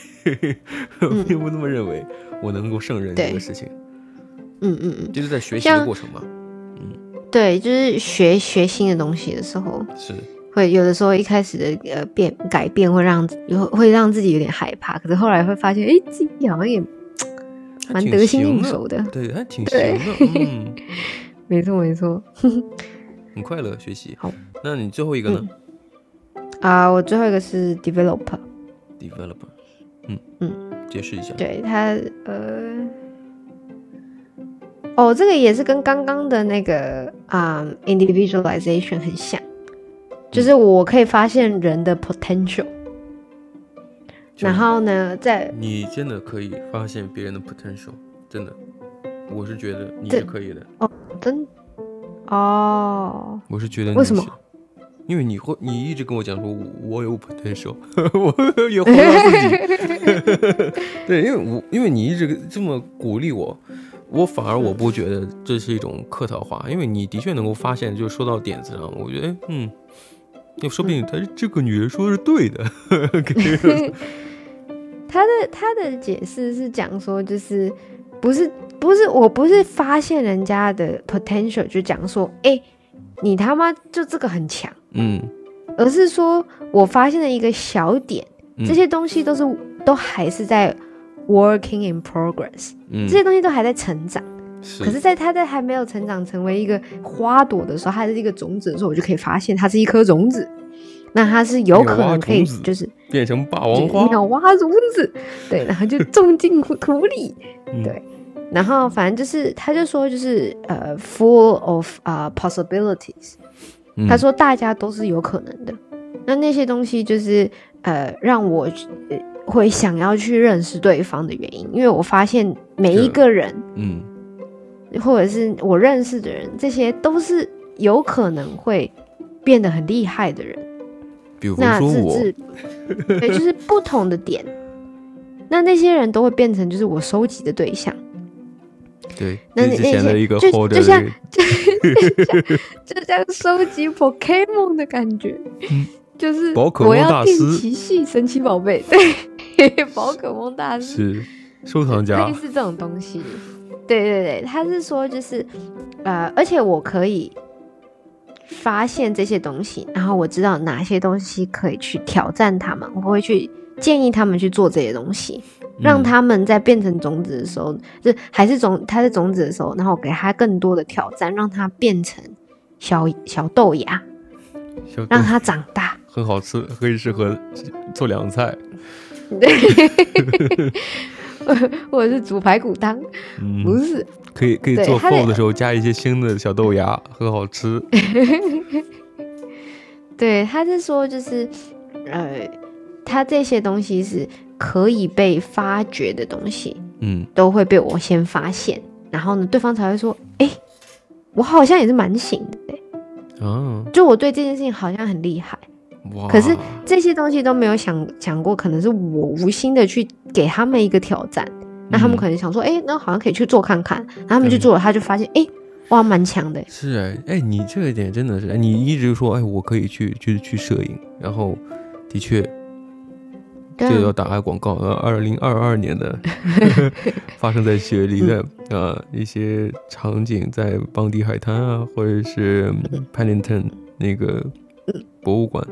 Speaker 1: 我 (laughs)
Speaker 2: 嗯
Speaker 1: 并不那么认为我能够胜任这个
Speaker 2: 对
Speaker 1: 事情。
Speaker 2: 嗯嗯嗯，
Speaker 1: 就是在学习的
Speaker 2: 像
Speaker 1: 过程嘛。
Speaker 2: 对，就是学学新的东西的时候，
Speaker 1: 是，
Speaker 2: 会有的时候一开始的呃变改变会让有会让自己有点害怕，可是后来会发现，哎，自己好像也
Speaker 1: 还
Speaker 2: 蛮
Speaker 1: 挺
Speaker 2: 得心
Speaker 1: 行
Speaker 2: 应
Speaker 1: 的
Speaker 2: 手的。
Speaker 1: 对，还挺行
Speaker 2: 对
Speaker 1: 的，嗯，
Speaker 2: 没错没错
Speaker 1: 很快乐学习。
Speaker 2: 好，嗯
Speaker 1: 那你最后一个呢
Speaker 2: 啊、我最后一个是 developer，
Speaker 1: ？Developer，嗯
Speaker 2: 嗯，
Speaker 1: 解释一下。
Speaker 2: 对他呃。哦，这个也是跟刚刚的那个啊、individualization 很像，
Speaker 1: 嗯
Speaker 2: 就是我可以发现人的 potential，
Speaker 1: 就是
Speaker 2: 然后呢，在
Speaker 1: 你真的可以发现别人的 potential，真的，我是觉得你是
Speaker 2: 对
Speaker 1: 可以的。
Speaker 2: 真哦，
Speaker 1: 我是觉得你
Speaker 4: 为什么
Speaker 1: 是？因为你会，你一直跟我讲说我，我有 potential，我 (laughs) 也活到自己。 (laughs) 对，因为我因为你一直这么鼓励我，我反而我不觉得这是一种客套话，因为你的确能够发现，就说到点子上，我觉得，哎，嗯，那说不定她这个女人说的是对的。 (laughs) 给人
Speaker 2: (laughs) 他的他的解释是讲说，就是不是不是，我不是发现人家的 potential 就讲说，哎、你他妈就这个很强，
Speaker 1: 嗯
Speaker 2: 而是说我发现了一个小点，
Speaker 1: 嗯
Speaker 2: 这些东西都是都还是在 working in progress，、
Speaker 1: 嗯，
Speaker 2: 这些东西都还在成长。
Speaker 1: 是
Speaker 2: 可是，在他在还没有成长成为一个花朵的时候，它是一个种子的时候，我就可以发现它是一颗种子。那它是有可能可以
Speaker 1: 鸟蛙种子
Speaker 2: 就是
Speaker 1: 变成霸
Speaker 2: 就
Speaker 1: 王
Speaker 2: 是
Speaker 1: 花
Speaker 2: 鸟。挖种子，
Speaker 1: (laughs)
Speaker 2: 对，然后就种进土里，
Speaker 1: 嗯
Speaker 2: 对然后反正就是他就说就是呃，full of 啊、possibilities，
Speaker 1: 嗯
Speaker 2: 他说大家都是有可能的，那那些东西就是呃让我呃会想要去认识对方的原因，因为我发现每一
Speaker 1: 是
Speaker 2: 个人
Speaker 1: 嗯
Speaker 2: 或者是我认识的人，这些都是有可能会变得很厉害的人。
Speaker 1: 比如
Speaker 2: 那
Speaker 1: 说
Speaker 2: 自
Speaker 1: 我，
Speaker 2: 制，对，就是不同的点。那那些人都会变成就是我收集的对象，
Speaker 1: 对，
Speaker 2: 那
Speaker 1: 之
Speaker 2: 那
Speaker 1: 前的
Speaker 2: 些
Speaker 1: 一个
Speaker 2: 就
Speaker 1: holder
Speaker 2: 就像
Speaker 1: 的
Speaker 2: 就像收集 Pokemon 的感觉，就是
Speaker 1: 嗯宝可
Speaker 2: 我
Speaker 1: 梦
Speaker 2: 要
Speaker 1: 大
Speaker 2: 电
Speaker 1: 师
Speaker 2: 奇系神奇宝贝，对，宝可梦大师
Speaker 1: 是收藏家
Speaker 2: (laughs) 类，似这种东西。对对对，他是说就是，呃，而且我可以发现这些东西，然后我知道哪些东西可以去挑战他们，我会去建议他们去做这些东西，让
Speaker 1: 嗯
Speaker 2: 他们在变成种子的时候，就还是种它是种子的时候，然后给他更多的挑战，让它变成小小豆芽，
Speaker 1: 小
Speaker 2: 让
Speaker 1: 豆
Speaker 2: 它长
Speaker 1: (laughs)
Speaker 2: 大。 (laughs)
Speaker 1: 很好吃，可以适合做凉菜。
Speaker 2: 或者是煮排骨汤，不
Speaker 1: 嗯，
Speaker 2: 是，
Speaker 1: 可以可以
Speaker 2: 对
Speaker 1: 做
Speaker 2: 它得
Speaker 1: f 的时候加一些新的小豆芽，很好
Speaker 2: (laughs)
Speaker 1: 吃。
Speaker 2: 对，他是说就是，呃，他这些东西是可以被发掘的东西，
Speaker 1: 嗯
Speaker 2: 都会被我先发现，然后呢，对方才会说，哎、我好像也是蛮行的、欸，
Speaker 1: 啊，
Speaker 2: 就我对这件事情好像很厉害，
Speaker 1: 哇！
Speaker 2: 可是这些东西都没有想想过，可能是我无心的去给他们一个挑战，那他们
Speaker 1: 嗯
Speaker 2: 可能想说，哎、那好像可以去做看看，然后他们去
Speaker 1: 对
Speaker 2: 做了，他就发现，哎、哇，蛮强的欸、
Speaker 1: 是哎哎，你这一点真的是，哎你一直说哎，我可以去去去摄影，然后的确
Speaker 2: 对
Speaker 1: 这
Speaker 2: 啊
Speaker 1: 要打个广告。呃，二零二二年
Speaker 2: (laughs)
Speaker 1: 的发生在雪梨的呃一些场景，在邦迪海滩啊，或者
Speaker 2: (laughs)
Speaker 1: 是 Paddington 那个博物馆，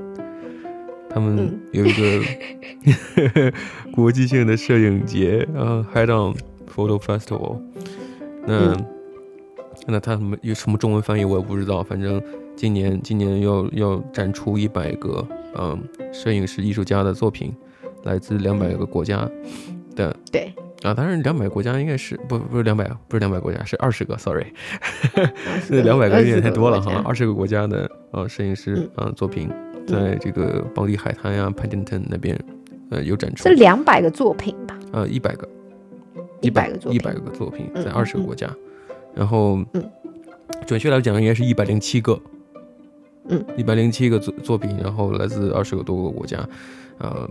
Speaker 1: 他们
Speaker 2: 嗯
Speaker 1: 有一个 (laughs) 国际性的摄影节啊，Head On Photo Festival。那那他们有什么中文翻译我也不知道，反正今年今年要要展出一百个嗯摄影师艺术家的作品，来自两百个国家的
Speaker 2: 对，
Speaker 1: 啊，当然两百国家应该是不不是两百不是两百国家是二十个，sorry， (laughs)
Speaker 2: 然后是
Speaker 1: 那两百个有
Speaker 2: 20
Speaker 1: 点太多了
Speaker 2: 国
Speaker 1: 哈
Speaker 2: 家，
Speaker 1: 二十个国家的呃摄影师啊、呃作品，在这个邦迪海滩呀、帕丁顿那边呃有展出
Speaker 2: 是，两百个作品吧？
Speaker 1: 呃一百个，
Speaker 2: 100个作
Speaker 1: 一
Speaker 2: 品
Speaker 1: 百个作品
Speaker 2: 嗯
Speaker 1: 在
Speaker 2: 嗯
Speaker 1: 二十个
Speaker 2: 嗯
Speaker 1: 国家，然后
Speaker 2: 嗯
Speaker 1: 准确来讲应该是一百零七个，
Speaker 2: 嗯，
Speaker 1: 一百零七个作作品，然后来自二十个多个国家，呃，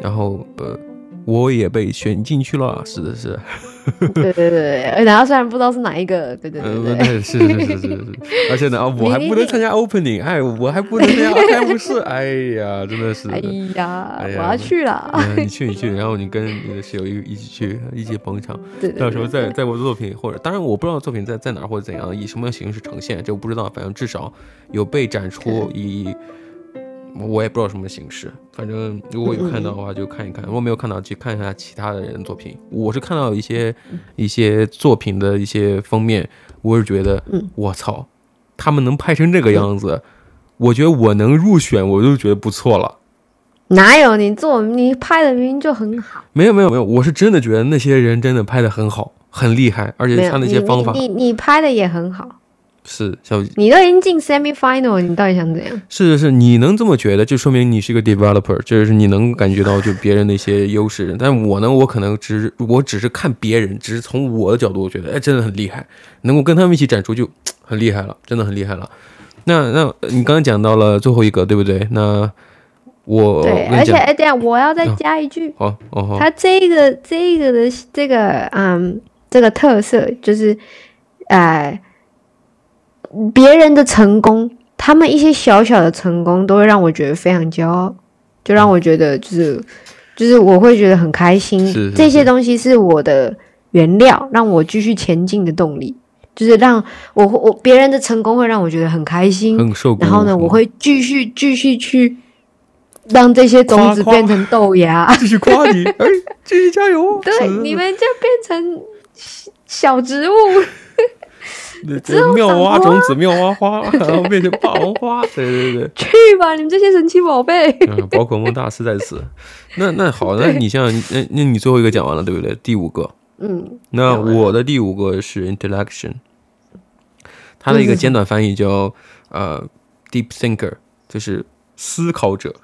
Speaker 1: 然后呃我也被选进去了，是的是的。
Speaker 2: 对对对对，然后虽然不知道是哪一个，对对对
Speaker 1: 呃，
Speaker 2: 对
Speaker 1: 那是是是是是是，而且呢，啊，我还不能参加 opening，哎，我还不能参加开幕式，哎呀，真的是。
Speaker 2: 哎呀，
Speaker 1: 哎呀
Speaker 2: 我要去了。
Speaker 1: 嗯你去，你去，然后你跟你的室友一一起去，一起捧场。
Speaker 2: 对对
Speaker 1: 到
Speaker 2: 对
Speaker 1: 时候再再我的作品，或者当然我不知道作品在在哪儿或者怎样，以什么形式呈现，这我不知道。反正至少有被展出，以我也不知道什么形式。反正如果
Speaker 2: 嗯
Speaker 1: 有看到的话，就看一看；如果没有看到，去看一下其他的人的作品。我是看到一些
Speaker 2: 嗯
Speaker 1: 一些作品的一些封面，我是觉得
Speaker 2: 嗯，
Speaker 1: 我操，他们能拍成这个样子，我觉得我能入选，我就觉得不错了。
Speaker 2: 哪有你做你拍的明明就很好，
Speaker 1: 没有没有没有，我是真的觉得那些人真的拍的很好，很厉害，而
Speaker 2: 没
Speaker 1: 且
Speaker 2: 有
Speaker 1: 他那些
Speaker 2: 你
Speaker 1: 方法，
Speaker 2: 你你你拍的也很好，
Speaker 1: 是小
Speaker 2: 你都已经进 semi final，你到底想怎样？
Speaker 1: 是是是，你能这么觉得，就说明你是一个 developer，就是你能感觉到就别人的一些优势。但我呢，我可能只是我只是看别人，只是从我的角度，我觉得哎，真的很厉害，能够跟他们一起展出就很厉害了，真的很厉害了。那那呃你刚刚讲到了最后一个，对不对？那我
Speaker 2: 对，
Speaker 1: 那
Speaker 2: 而
Speaker 1: 你
Speaker 2: 且
Speaker 1: 讲
Speaker 2: 哎，等一下我要再
Speaker 1: 嗯
Speaker 2: 加一句，
Speaker 1: 好哦好，
Speaker 2: 它这个这个的这个嗯这个特色就是，呃，别人的成功，他们一些小小的成功都会让我觉得非常骄傲，就让我觉得就是就是我会觉得很开心。
Speaker 1: 是是
Speaker 2: 这些
Speaker 1: 是
Speaker 2: 东西是我的原料，让我继续前进的动力，就是让我我别人的成功会让我觉得很开心，
Speaker 1: 很受鼓舞。
Speaker 2: 然后呢，我会继续继续去让这些种
Speaker 1: 夸
Speaker 2: 子
Speaker 1: 夸
Speaker 2: 变成豆芽。
Speaker 1: 继续夸你，哎，继续加油。嗯
Speaker 2: 对，你们就变成小植物，
Speaker 1: 妙蛙种子，妙蛙花，然后变成霸王花。对对对。
Speaker 2: 去吧，你 (laughs) 们这些神奇宝贝。
Speaker 1: 嗯，宝可梦大师在此。那那好，那你像那那你最后一个讲完了，对不对？第五个，
Speaker 2: 嗯，
Speaker 1: 那
Speaker 2: 讲完了
Speaker 1: 我的第五个是 intellection，它的一
Speaker 2: 嗯
Speaker 1: 个简短翻译叫呃 deep thinker，就是思考者。 (laughs)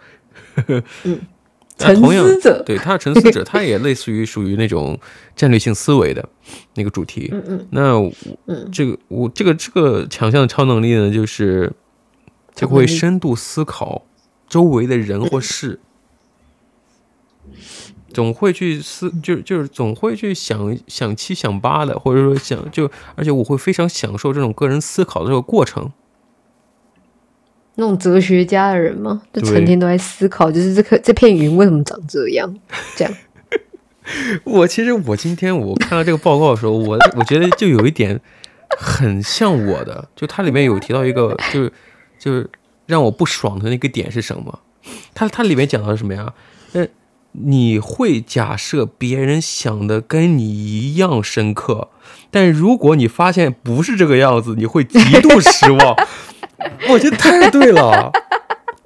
Speaker 1: 那
Speaker 2: 嗯沉
Speaker 1: 同样
Speaker 2: 思者，
Speaker 1: 对，他是沉思者，他也类似于属于那种战略性思维的那个主题。
Speaker 5: 嗯嗯
Speaker 1: 那我
Speaker 5: 嗯
Speaker 1: 这个我这个这个强项的超能力呢，就是这
Speaker 5: 超能
Speaker 1: 会
Speaker 5: 力
Speaker 1: 深度思考周围的人或事，总会去思，就是就是总会去想想七想八的，或者说想就，而且我会非常享受这种个人思考的这个过程。
Speaker 2: 那种哲学家的人嘛，就
Speaker 1: 对
Speaker 2: 成天都在思考，就是这颗这片云为什么长这样？
Speaker 1: 我其实我今天我看到这个报告的时候，我我觉得就有一点很像我的，就它里面有提到一个，就是就是让我不爽的那个点是什么？它它里面讲到什么呀？呃，你会假设别人想的跟你一样深刻，但如果你发现不是这个样子，你会极度失望。 (laughs) 我觉得太对了，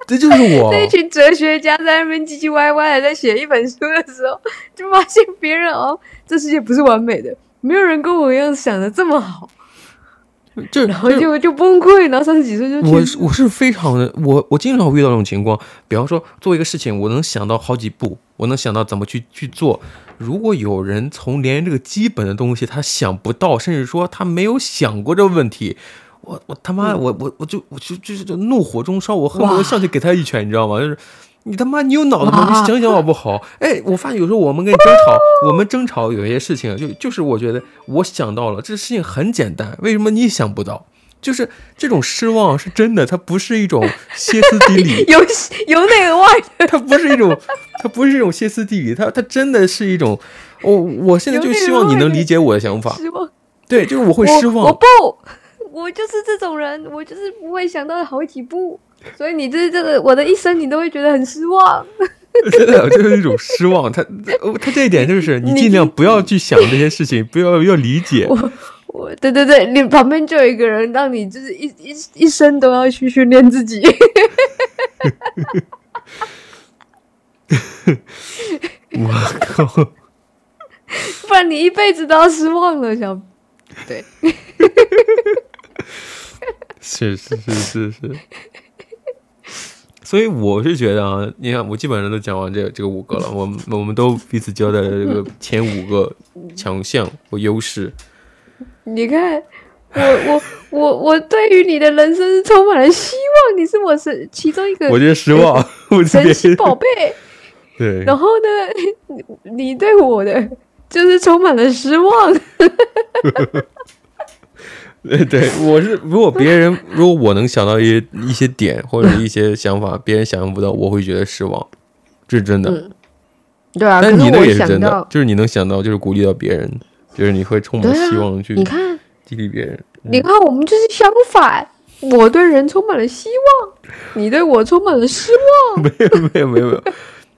Speaker 1: 这就是我。
Speaker 2: 那群哲学家在那边唧唧歪歪的，在写一本书的时候，就发现别人哦，这世界不是完美的，没有人跟我一样想的这么好，
Speaker 1: 这
Speaker 2: 然后
Speaker 1: 这
Speaker 2: 就就崩溃，然后三十几岁就
Speaker 1: 我
Speaker 2: 去
Speaker 1: 是我是非常的，我我经常会遇到这种情况。比方说，做一个事情，我能想到好几步，我能想到怎么去去做。如果有人从连这个基本的东西他想不到，甚至说他没有想过这个问题，我我他妈我我我就我就就是就怒火中烧，我恨不得
Speaker 2: 嗯哇
Speaker 1: 上去给他一拳，你知道吗？就是。你他妈，你有脑子吗？
Speaker 2: 哇
Speaker 1: 你想想好不好？哎，我发现有时候我们跟你争
Speaker 2: (laughs)
Speaker 1: 吵，我们争吵有些事情，就就是我觉得我想到了，这事情很简单，为什么你想不到？就是这种失望是真的，它不是一种歇斯底
Speaker 2: (laughs)
Speaker 1: 里，
Speaker 2: 由由内而外的，
Speaker 1: 它不是一种，它不是一种歇斯底里，它它真的是一种，我、我现在就希望你能理解我的想法，
Speaker 2: 失望。
Speaker 1: 对，就是我会失
Speaker 2: 我。我
Speaker 1: 望，
Speaker 2: 不，我就是这种人，我就是不会想到好几步。所以你这这个我的一生，你都会觉得很失望。
Speaker 1: 真的就是一种失望。它呃它这一点就是你
Speaker 2: 你
Speaker 1: 尽量不要去想这些事情，不要要理解。
Speaker 2: 我对对对，你旁边就有一个人，让你就是一一一生都要去训练自己。 (laughs)
Speaker 1: 我靠，
Speaker 2: 不然你一辈子都要失望了，小
Speaker 1: (laughs) 是是是是 (laughs) 是。所以我是觉得啊，你看，我基本上都讲完这这个五个了，我们我们都彼此交代了这个前五个强项和优势。
Speaker 2: 你看，我我我我对于你的人生是充满了希望，你是我是其中一个
Speaker 1: 我觉得失望， (laughs) 我这
Speaker 2: 神
Speaker 1: 边
Speaker 2: 奇宝贝。
Speaker 1: 对，
Speaker 2: 然后呢，你你对我的就是充满了失望。
Speaker 1: 对对，我是如果别人如果我能想到一些一些点或者一些想法，别人想象不到，我会觉得失望，这是真的。
Speaker 2: 对嗯啊，可
Speaker 1: 但
Speaker 2: 是
Speaker 1: 你的
Speaker 2: 我
Speaker 1: 也是
Speaker 2: 想
Speaker 1: 真的
Speaker 2: 到，，
Speaker 1: 就是你能想到，就是鼓励到别人，就是你会充满
Speaker 2: 对啊
Speaker 1: 希望去嗯
Speaker 2: 你看，
Speaker 1: 激励别人。
Speaker 2: 你看，我们就是相反。我对人充满了希望，你对我充满了失
Speaker 1: (laughs)
Speaker 2: 望。
Speaker 1: 没有没有没有没有，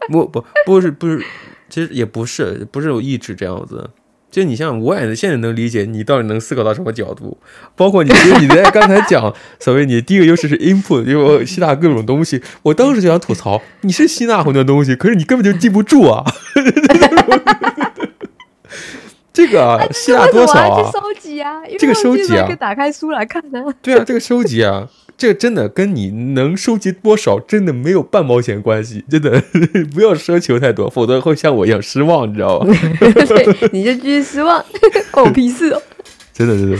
Speaker 1: 不不不是不是，其实也不是不是有意志这样子。就你像我也现在能理解你到底能思考到什么角度，包括你其实你在刚才讲所谓你第一个优势是 input，因为我吸纳各种东西，我当时就想吐槽你是吸纳很多东西，可是你根本就记不住啊。 (laughs) 这个啊，希腊多少
Speaker 2: 啊？
Speaker 1: 啊
Speaker 2: 去？收集啊，因为
Speaker 1: 这个
Speaker 2: 我
Speaker 1: 收
Speaker 2: 记
Speaker 1: 集
Speaker 2: 得
Speaker 1: 啊
Speaker 2: 可以打开书来看呢、 (laughs)
Speaker 1: 对啊，这个收集啊， (laughs) 这个真的跟你能收集多少真的没有半毛钱关系，真的 (laughs) 不要奢求太多，否则会像我一样失望，你知
Speaker 2: (laughs)
Speaker 1: 道吧？
Speaker 2: 对，你就继续失望， (laughs) 关我屁事哦。
Speaker 1: 真的，真的，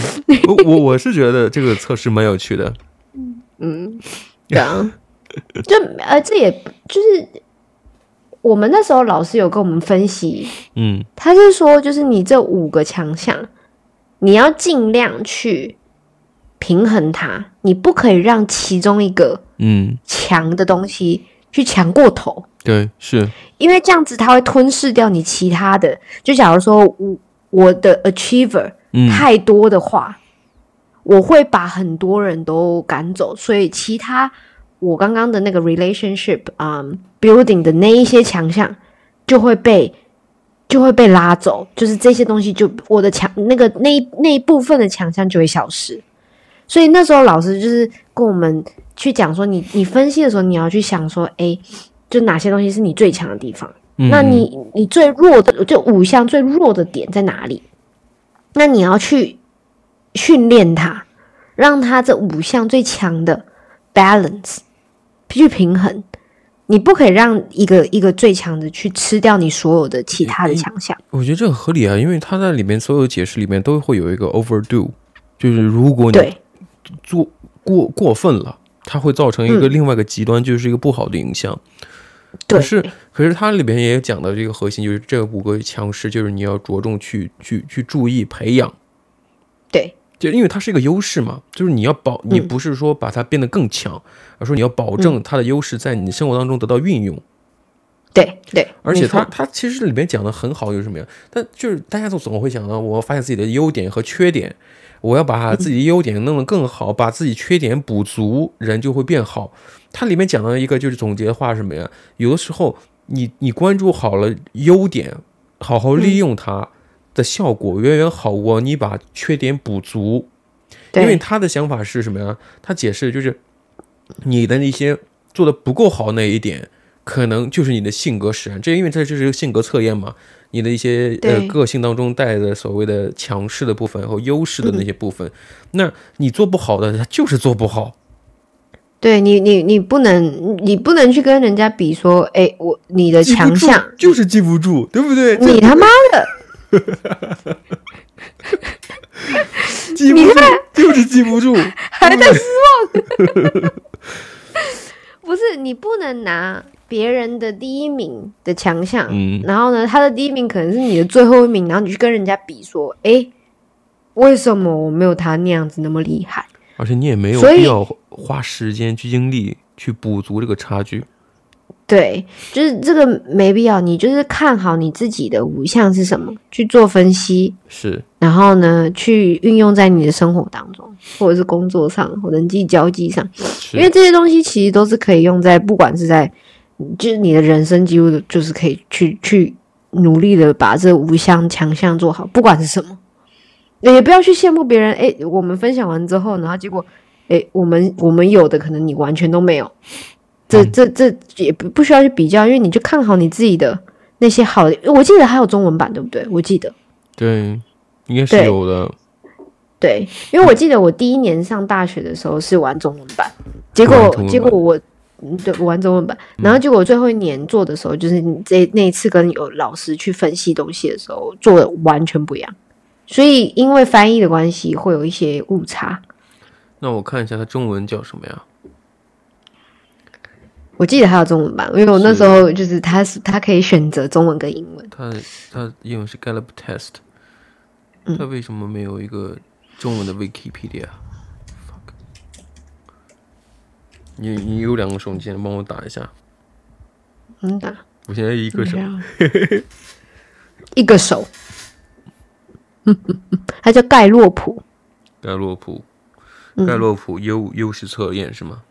Speaker 2: (laughs)
Speaker 1: 我我我是觉得这个测试蛮有趣的，
Speaker 2: 嗯，对啊，就呃，这也就是我们那时候老师有跟我们分析，
Speaker 1: 嗯
Speaker 2: 他是说就是你这五个强项，你要尽量去平衡它，你不可以让其中一个
Speaker 1: 嗯，
Speaker 2: 强的东西去强过头。
Speaker 1: 对，是，
Speaker 2: 因为这样子它会吞噬掉你其他的。就假如说我我的 achiever
Speaker 1: 嗯
Speaker 2: 太多的话，我会把很多人都赶走，所以其他我刚刚的那个 relationship 啊、building 的那一些强项就会被。就会被拉走，就是这些东西就我的强那个那一那一部分的强项就会消失，所以那时候老师就是跟我们去讲说你，你分析的时候你要去想说，诶，就哪些东西是你最强的地方？
Speaker 1: 嗯
Speaker 2: 那你你最弱的，就五项最弱的点在哪里？那你要去训练它，让它这五项最强的 balance 去平衡。你不可以让一个一个最强的去吃掉你所有的其他的强项。
Speaker 1: 我觉得这很合理啊，因为它在里面所有解释里面都会有一个 overdo，就是如果你
Speaker 2: 对
Speaker 1: 做过过分了，它会造成一
Speaker 2: 嗯
Speaker 1: 个另外一个极端，就是一个不好的影响。
Speaker 2: 对，
Speaker 1: 可是，可是它里边也讲到这个核心，就是这五个强势，就是你要着重去去去注意培养，
Speaker 2: 对
Speaker 1: 就因为它是一个优势嘛，就是你要保，你
Speaker 2: 嗯
Speaker 1: 不是说把它变得更强，而是说你要保证它的优势在你生活当中得到运用。
Speaker 2: 对对，
Speaker 1: 而且
Speaker 2: 没错
Speaker 1: 它它其实里面讲的很好，有什么呀？但就是大家总总会想到，我要发现自己的优点和缺点，我要把
Speaker 2: 嗯
Speaker 1: 自己的优点弄得更好，把自己缺点补足，人就会变好。它里面讲到一个就是总结的话是什么呀？有的时候你你关注好了优点，好好
Speaker 2: 嗯
Speaker 1: 利用它的效果，远远好过你把缺点补足。
Speaker 2: 对
Speaker 1: 因为他的想法是什么呀？他解释就是，你的那些做的不够好那一点，可能就是你的性格使然。这因为它这是一个性格测验嘛，你的一些呃
Speaker 2: 对
Speaker 1: 个性当中带的所谓的强势的部分和优势的那些部分，那你做不好的，他就是做不好。
Speaker 2: 对你你你不能你不能去跟人家比说，诶，我你的
Speaker 1: 记不
Speaker 2: 强
Speaker 1: 住
Speaker 2: 项，
Speaker 1: 就是记不住，对不对？
Speaker 2: 你他妈的
Speaker 1: 就记不住，就是记不住。
Speaker 2: (laughs) 还在失望。不是，你不能拿别人的第一名的强项，
Speaker 1: 嗯
Speaker 2: 然后呢，他的第一名可能是你的最后一名，然后你去跟人家比说，诶，为什么我没有他那样子那么厉害？
Speaker 1: 而且你也没有
Speaker 2: 所以
Speaker 1: 必要花时间去精力去补足这个差距。
Speaker 2: 对，就是这个没必要，你就是看好你自己的五项是什么，去做分析，
Speaker 1: 是，
Speaker 2: 然后呢，去运用在你的生活当中，或者是工作上，或人际交际上。
Speaker 1: 是
Speaker 2: 因为这些东西其实都是可以用在，不管是在，就是你的人生几乎就是可以去去努力的把这五项强项做好，不管是什么，也不要去羡慕别人。诶，我们分享完之后，然后结果，诶，我们我们有的可能你完全都没有，这这这也不不需要去比较，因为你就看好你自己的那些好的。我记得还有中文版，对不对？我记得。
Speaker 1: 对，应该是
Speaker 2: 对
Speaker 1: 有的。
Speaker 2: 对，因为我记得我第一年上大学的时候是玩中文版，结
Speaker 1: 玩
Speaker 2: 果
Speaker 1: 中文
Speaker 2: 结果
Speaker 1: 版
Speaker 2: 我，嗯对，我玩中文版，然后结果最后一年做的时候，就是这那一次跟有老师去分析东西的时候做的完全不一样，所以因为翻译的关系会有一些误差。
Speaker 1: 那我看一下它中文叫什么呀？
Speaker 2: 我记得还有中文版，因为我那时候就是他是他可以选择中文跟英文，
Speaker 1: 它它英文是 Gallup Test，它为什么没有一个中文的 Wikipedia？、Fuck 你你有两个手机，你帮我打一下。
Speaker 2: 嗯的，
Speaker 1: 我现在一个手
Speaker 2: 这，样 (laughs) 一个手， (laughs) 他叫盖洛普，
Speaker 1: 盖洛普，盖洛普优优势测验是吗？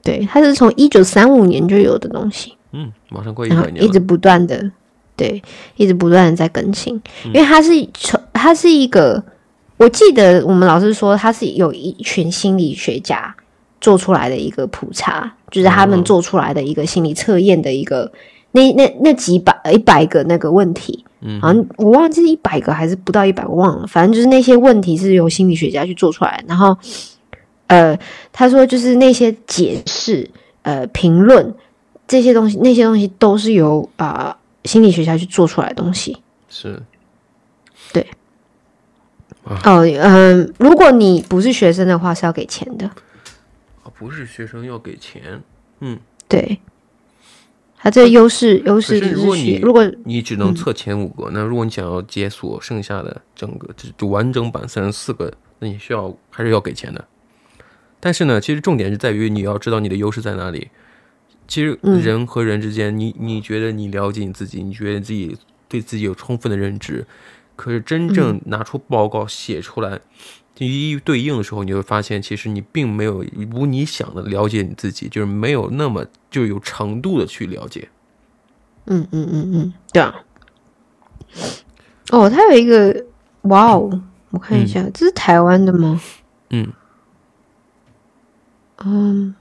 Speaker 2: 对，他是从一九三五年就有的东西。
Speaker 1: 嗯，马上快一
Speaker 2: 然后
Speaker 1: 百年
Speaker 2: 一直
Speaker 1: 了。
Speaker 2: 不断的，对，一直不断的在更新，
Speaker 1: 嗯
Speaker 2: 因为它是从它是一个，我记得我们老师说它是有一群心理学家做出来的一个普查，就是他
Speaker 1: 哦
Speaker 2: 们做出来的一个心理测验的一个那那那几百一百个那个问题，
Speaker 1: 嗯
Speaker 2: 好像我忘记是一百个还是不到一百，我忘了。反正就是那些问题是由心理学家去做出来，然后，呃，他说就是那些解释、呃评论这些东西，那些东西都是由啊、呃心理学家去做出来的东西。
Speaker 1: 是，啊
Speaker 2: 哦，嗯、如果你不是学生的话，是要给钱的。
Speaker 1: 啊不是学生要给钱，
Speaker 2: 对，它这个优势优
Speaker 1: 可
Speaker 2: 势就是
Speaker 1: 如果
Speaker 2: 是
Speaker 1: 你
Speaker 2: 学如果
Speaker 1: 你只能测前五个。那如果你想要解锁剩下的整个就就完整版三十四个，那你需要还是要给钱的。但是呢，其实重点是在于你要知道你的优势在哪里。其实
Speaker 2: 嗯
Speaker 1: 人和人之间，你你觉得你了解你自己，你觉得自己对自己有充分的认知，可是真正拿出报告写出来，一一对应的时候，你会发现，其实你并没有如你想的了解你自己，就是没有那么就有程度的去了解。
Speaker 2: 嗯嗯嗯嗯，对啊。哦，它有一个，哇哦，我看一下，这是台湾的吗？
Speaker 1: 嗯
Speaker 2: 嗯，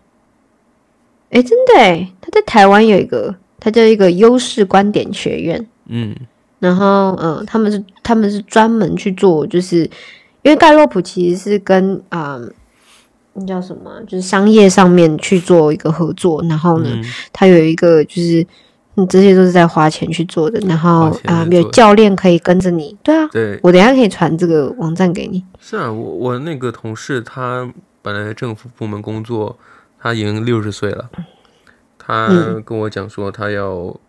Speaker 2: 哎，真的哎，它在台湾有一个，它叫一个优势观点学院。
Speaker 1: 嗯。
Speaker 2: 然后，嗯，他们是他们是专门去做，就是因为盖洛普其实是跟啊，嗯那、叫什么啊，就是商业上面去做一个合作。然后呢，
Speaker 1: 嗯
Speaker 2: 它有一个就是，嗯，这些都是在花钱去做的。然
Speaker 1: 花
Speaker 2: 后
Speaker 1: 钱
Speaker 2: 啊、
Speaker 1: 去做
Speaker 2: 有
Speaker 1: 的
Speaker 2: 教练可以跟着你。对啊，
Speaker 1: 对，
Speaker 2: 我等一下可以传这个网站给你。
Speaker 1: 是啊，我我那个同事他本来在政府部门工作，他已经六十岁了，他
Speaker 2: 嗯
Speaker 1: 跟我讲说他要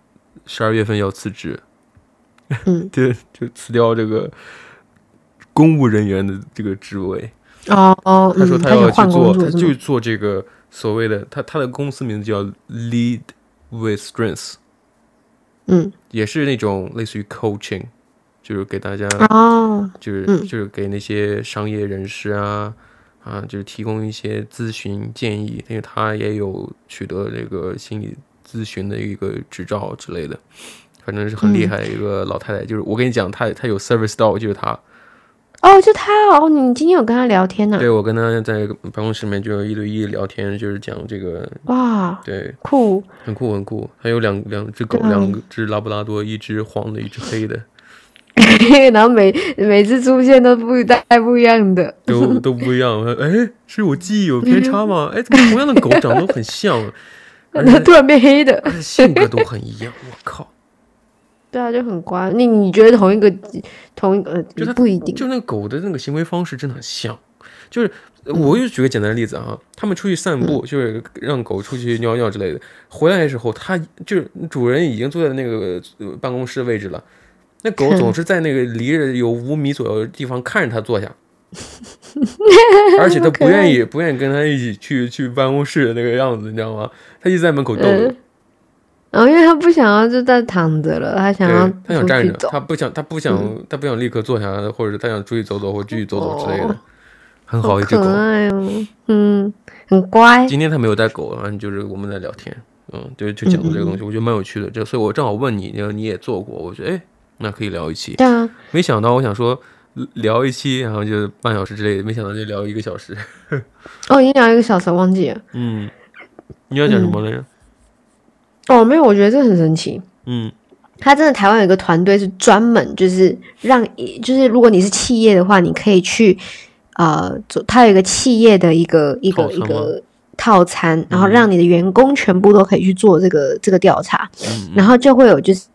Speaker 1: 十二月份要辞职， (laughs)
Speaker 2: 嗯，
Speaker 1: 就就辞掉这个公务人员的这个职位。
Speaker 2: 哦哦，
Speaker 1: 他说
Speaker 2: 嗯，
Speaker 1: 他
Speaker 2: 想
Speaker 1: 要去
Speaker 2: 换工
Speaker 1: 做，
Speaker 2: 作
Speaker 1: 他
Speaker 2: 是
Speaker 1: 就
Speaker 2: 吗？
Speaker 1: 做这个所谓的他他的公司名字叫 Lead with Strength，
Speaker 2: 嗯，
Speaker 1: 也是那种类似于 coaching，就是给大家
Speaker 2: 哦，
Speaker 1: 就是、
Speaker 2: 嗯
Speaker 1: 就是给那些商业人士啊啊，就是提供一些咨询建议，因为他也有取得这个心理咨询的一个执照之类的，反正是很厉
Speaker 2: 嗯
Speaker 1: 害的一个老太太。就是我跟你讲，她她有 service dog，就是她。
Speaker 2: 哦，就他哦，你今天有跟他聊天啊呢、
Speaker 1: 对我跟她在办公室里面就有一对一聊天，就是讲这个，
Speaker 2: 哇，
Speaker 1: 对，
Speaker 2: 酷， (laughs)
Speaker 1: 很酷很酷。还有两两只狗，
Speaker 2: 对
Speaker 1: 两只拉布拉多，一只黄的，一只黑的，
Speaker 2: 然后每每次出现都不带不一样的。
Speaker 1: 都都不一样。 (laughs) 哎，是我记忆有偏差
Speaker 2: (laughs)
Speaker 1: 吗？哎，怎么同样的狗长得都很像？啊而且
Speaker 2: 突然变黑的，
Speaker 1: 而且性格都很一样。我靠，
Speaker 2: 对啊，就很乖。那你觉得同一个同一个
Speaker 1: 就它
Speaker 2: 呃不一定
Speaker 1: 就那个狗的那个行为方式真的很像。就是呃我又举个简单的例子啊，他们出去散步，就是让狗出去尿尿之类的，回来的时候，它就是主人已经坐在那个呃办公室位置了。那狗总是在那个离着有五米左右的地方看着它坐下，而且它不愿意不愿意跟它一起去去办公室的那个样子，你知道吗？它一直在门口逗留
Speaker 2: 嗯。然后因为他不想要就在躺着了，他想要
Speaker 1: 对，他想
Speaker 2: 出
Speaker 1: 站
Speaker 2: 去
Speaker 1: 着，
Speaker 2: 走。
Speaker 1: 他不想，他不想，他不想立刻坐下来，或者他想出去走走，或继续走走之类的。
Speaker 2: 哦
Speaker 1: 很
Speaker 2: 好
Speaker 1: 好一只狗
Speaker 2: 可。爱哦，嗯，很乖。
Speaker 1: 今天他没有带狗，然后就是我们在聊天，嗯，对，就讲到这个东西，我觉得蛮有趣的。这，所以我正好问你，然后你也做过，我觉得哎，那可以聊一期。
Speaker 2: 对啊，
Speaker 1: 没想到我想说聊一期，然后就半小时之类的，没想到就聊一个小 (laughs) 时。
Speaker 2: 哦，已经聊一个小时，忘记了。
Speaker 1: 嗯，你要讲什么来着？
Speaker 2: 哦，没有，我觉得这很神奇。
Speaker 1: 嗯
Speaker 2: 他真的台湾有一个团队是专门就是让，就是如果你是企业的话，你可以去呃，做他有一个企业的一个一个
Speaker 1: 套餐
Speaker 2: 一
Speaker 1: 吗嗯
Speaker 2: 个套餐，然后让你的员工全部都可以去做这个这个调查，
Speaker 1: 嗯
Speaker 2: 然后就会有就是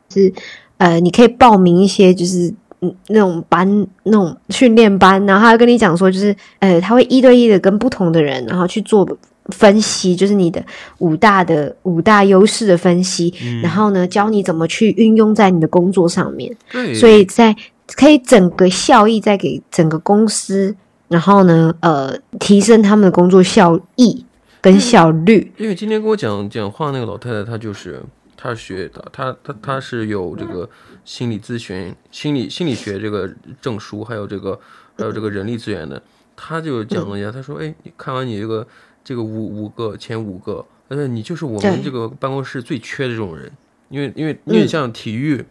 Speaker 2: 呃，你可以报名一些就是。嗯，那种班，那种训练班，然后他会跟你讲说，就是，呃，他会一对一的跟不同的人，然后去做分析，就是你的五大的五大优势的分析，
Speaker 1: 嗯，
Speaker 2: 然后呢，教你怎么去运用在你的工作上面，
Speaker 1: 对，
Speaker 2: 所以在可以整个效益再给整个公司，然后呢，呃，提升他们的工作效益跟效率。
Speaker 1: 因为今天跟我讲讲话那个老太太，她就是她是学她她她她是有这个心理咨询、心理心理学这个证书，还有这个还有这个人力资源的。她就讲了一下，她说：“哎，你看完你这个这个五五个前五个，她说你就是我们
Speaker 2: 对
Speaker 1: 这个办公室最缺这种人，因为因为因为像体育、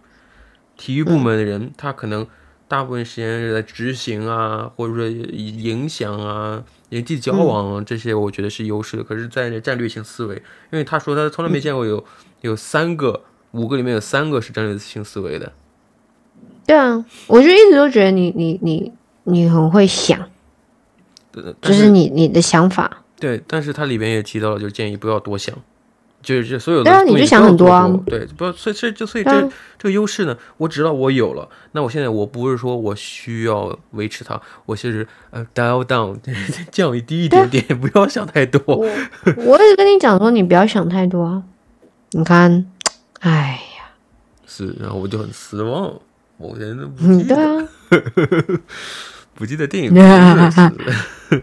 Speaker 1: 体育部门的人，他可能大部分时间是在执行啊，或者说影响啊、人际交往啊这些，我觉得是优势的。可是，在战略性思维，因为他说他从来没见过有有三个、五个里面有三个是战略性思维的，
Speaker 2: 对啊，我就一直都觉得你你你你很会
Speaker 1: 嗯
Speaker 2: 想，
Speaker 1: 呃
Speaker 2: 就
Speaker 1: 但
Speaker 2: 是你你的
Speaker 1: (laughs)
Speaker 2: 想法，
Speaker 1: 对，但是它里边也提到了，就是建议不要多想，就是这所有的
Speaker 2: 对啊
Speaker 1: 东西
Speaker 2: 你就
Speaker 1: 不
Speaker 2: 想
Speaker 1: 要
Speaker 2: 很
Speaker 1: 多
Speaker 2: 多啊
Speaker 1: 做对，不要，所以所以就所以
Speaker 2: 对啊
Speaker 1: 这这个优势呢，我知道我有了，那我现在我不是说我需要维持它，我其实呃 dial down (laughs) 降低一点点，不要想太多。
Speaker 2: 我也跟你讲说你不要想太多啊。你看，哎呀，
Speaker 1: 是，然后我就很失望，我现在不
Speaker 2: 嗯
Speaker 1: 记
Speaker 2: 对
Speaker 1: 得
Speaker 2: 啊，
Speaker 1: 不记得电影名字是 (laughs)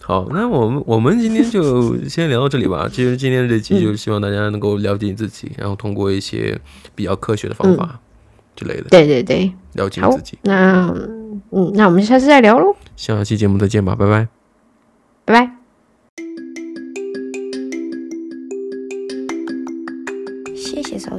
Speaker 1: 好，那我们我们今天就先聊到这里吧。其实今天这期就是希望大家能够了解你自己，然后通过一些比较科学的方法之类的、
Speaker 2: 对对对，
Speaker 1: 了解
Speaker 2: 好
Speaker 1: 你自己。
Speaker 2: 那嗯，那我们下次再聊喽，
Speaker 1: 下期节目再见吧，拜拜。
Speaker 2: 拜拜。
Speaker 3: 谢谢收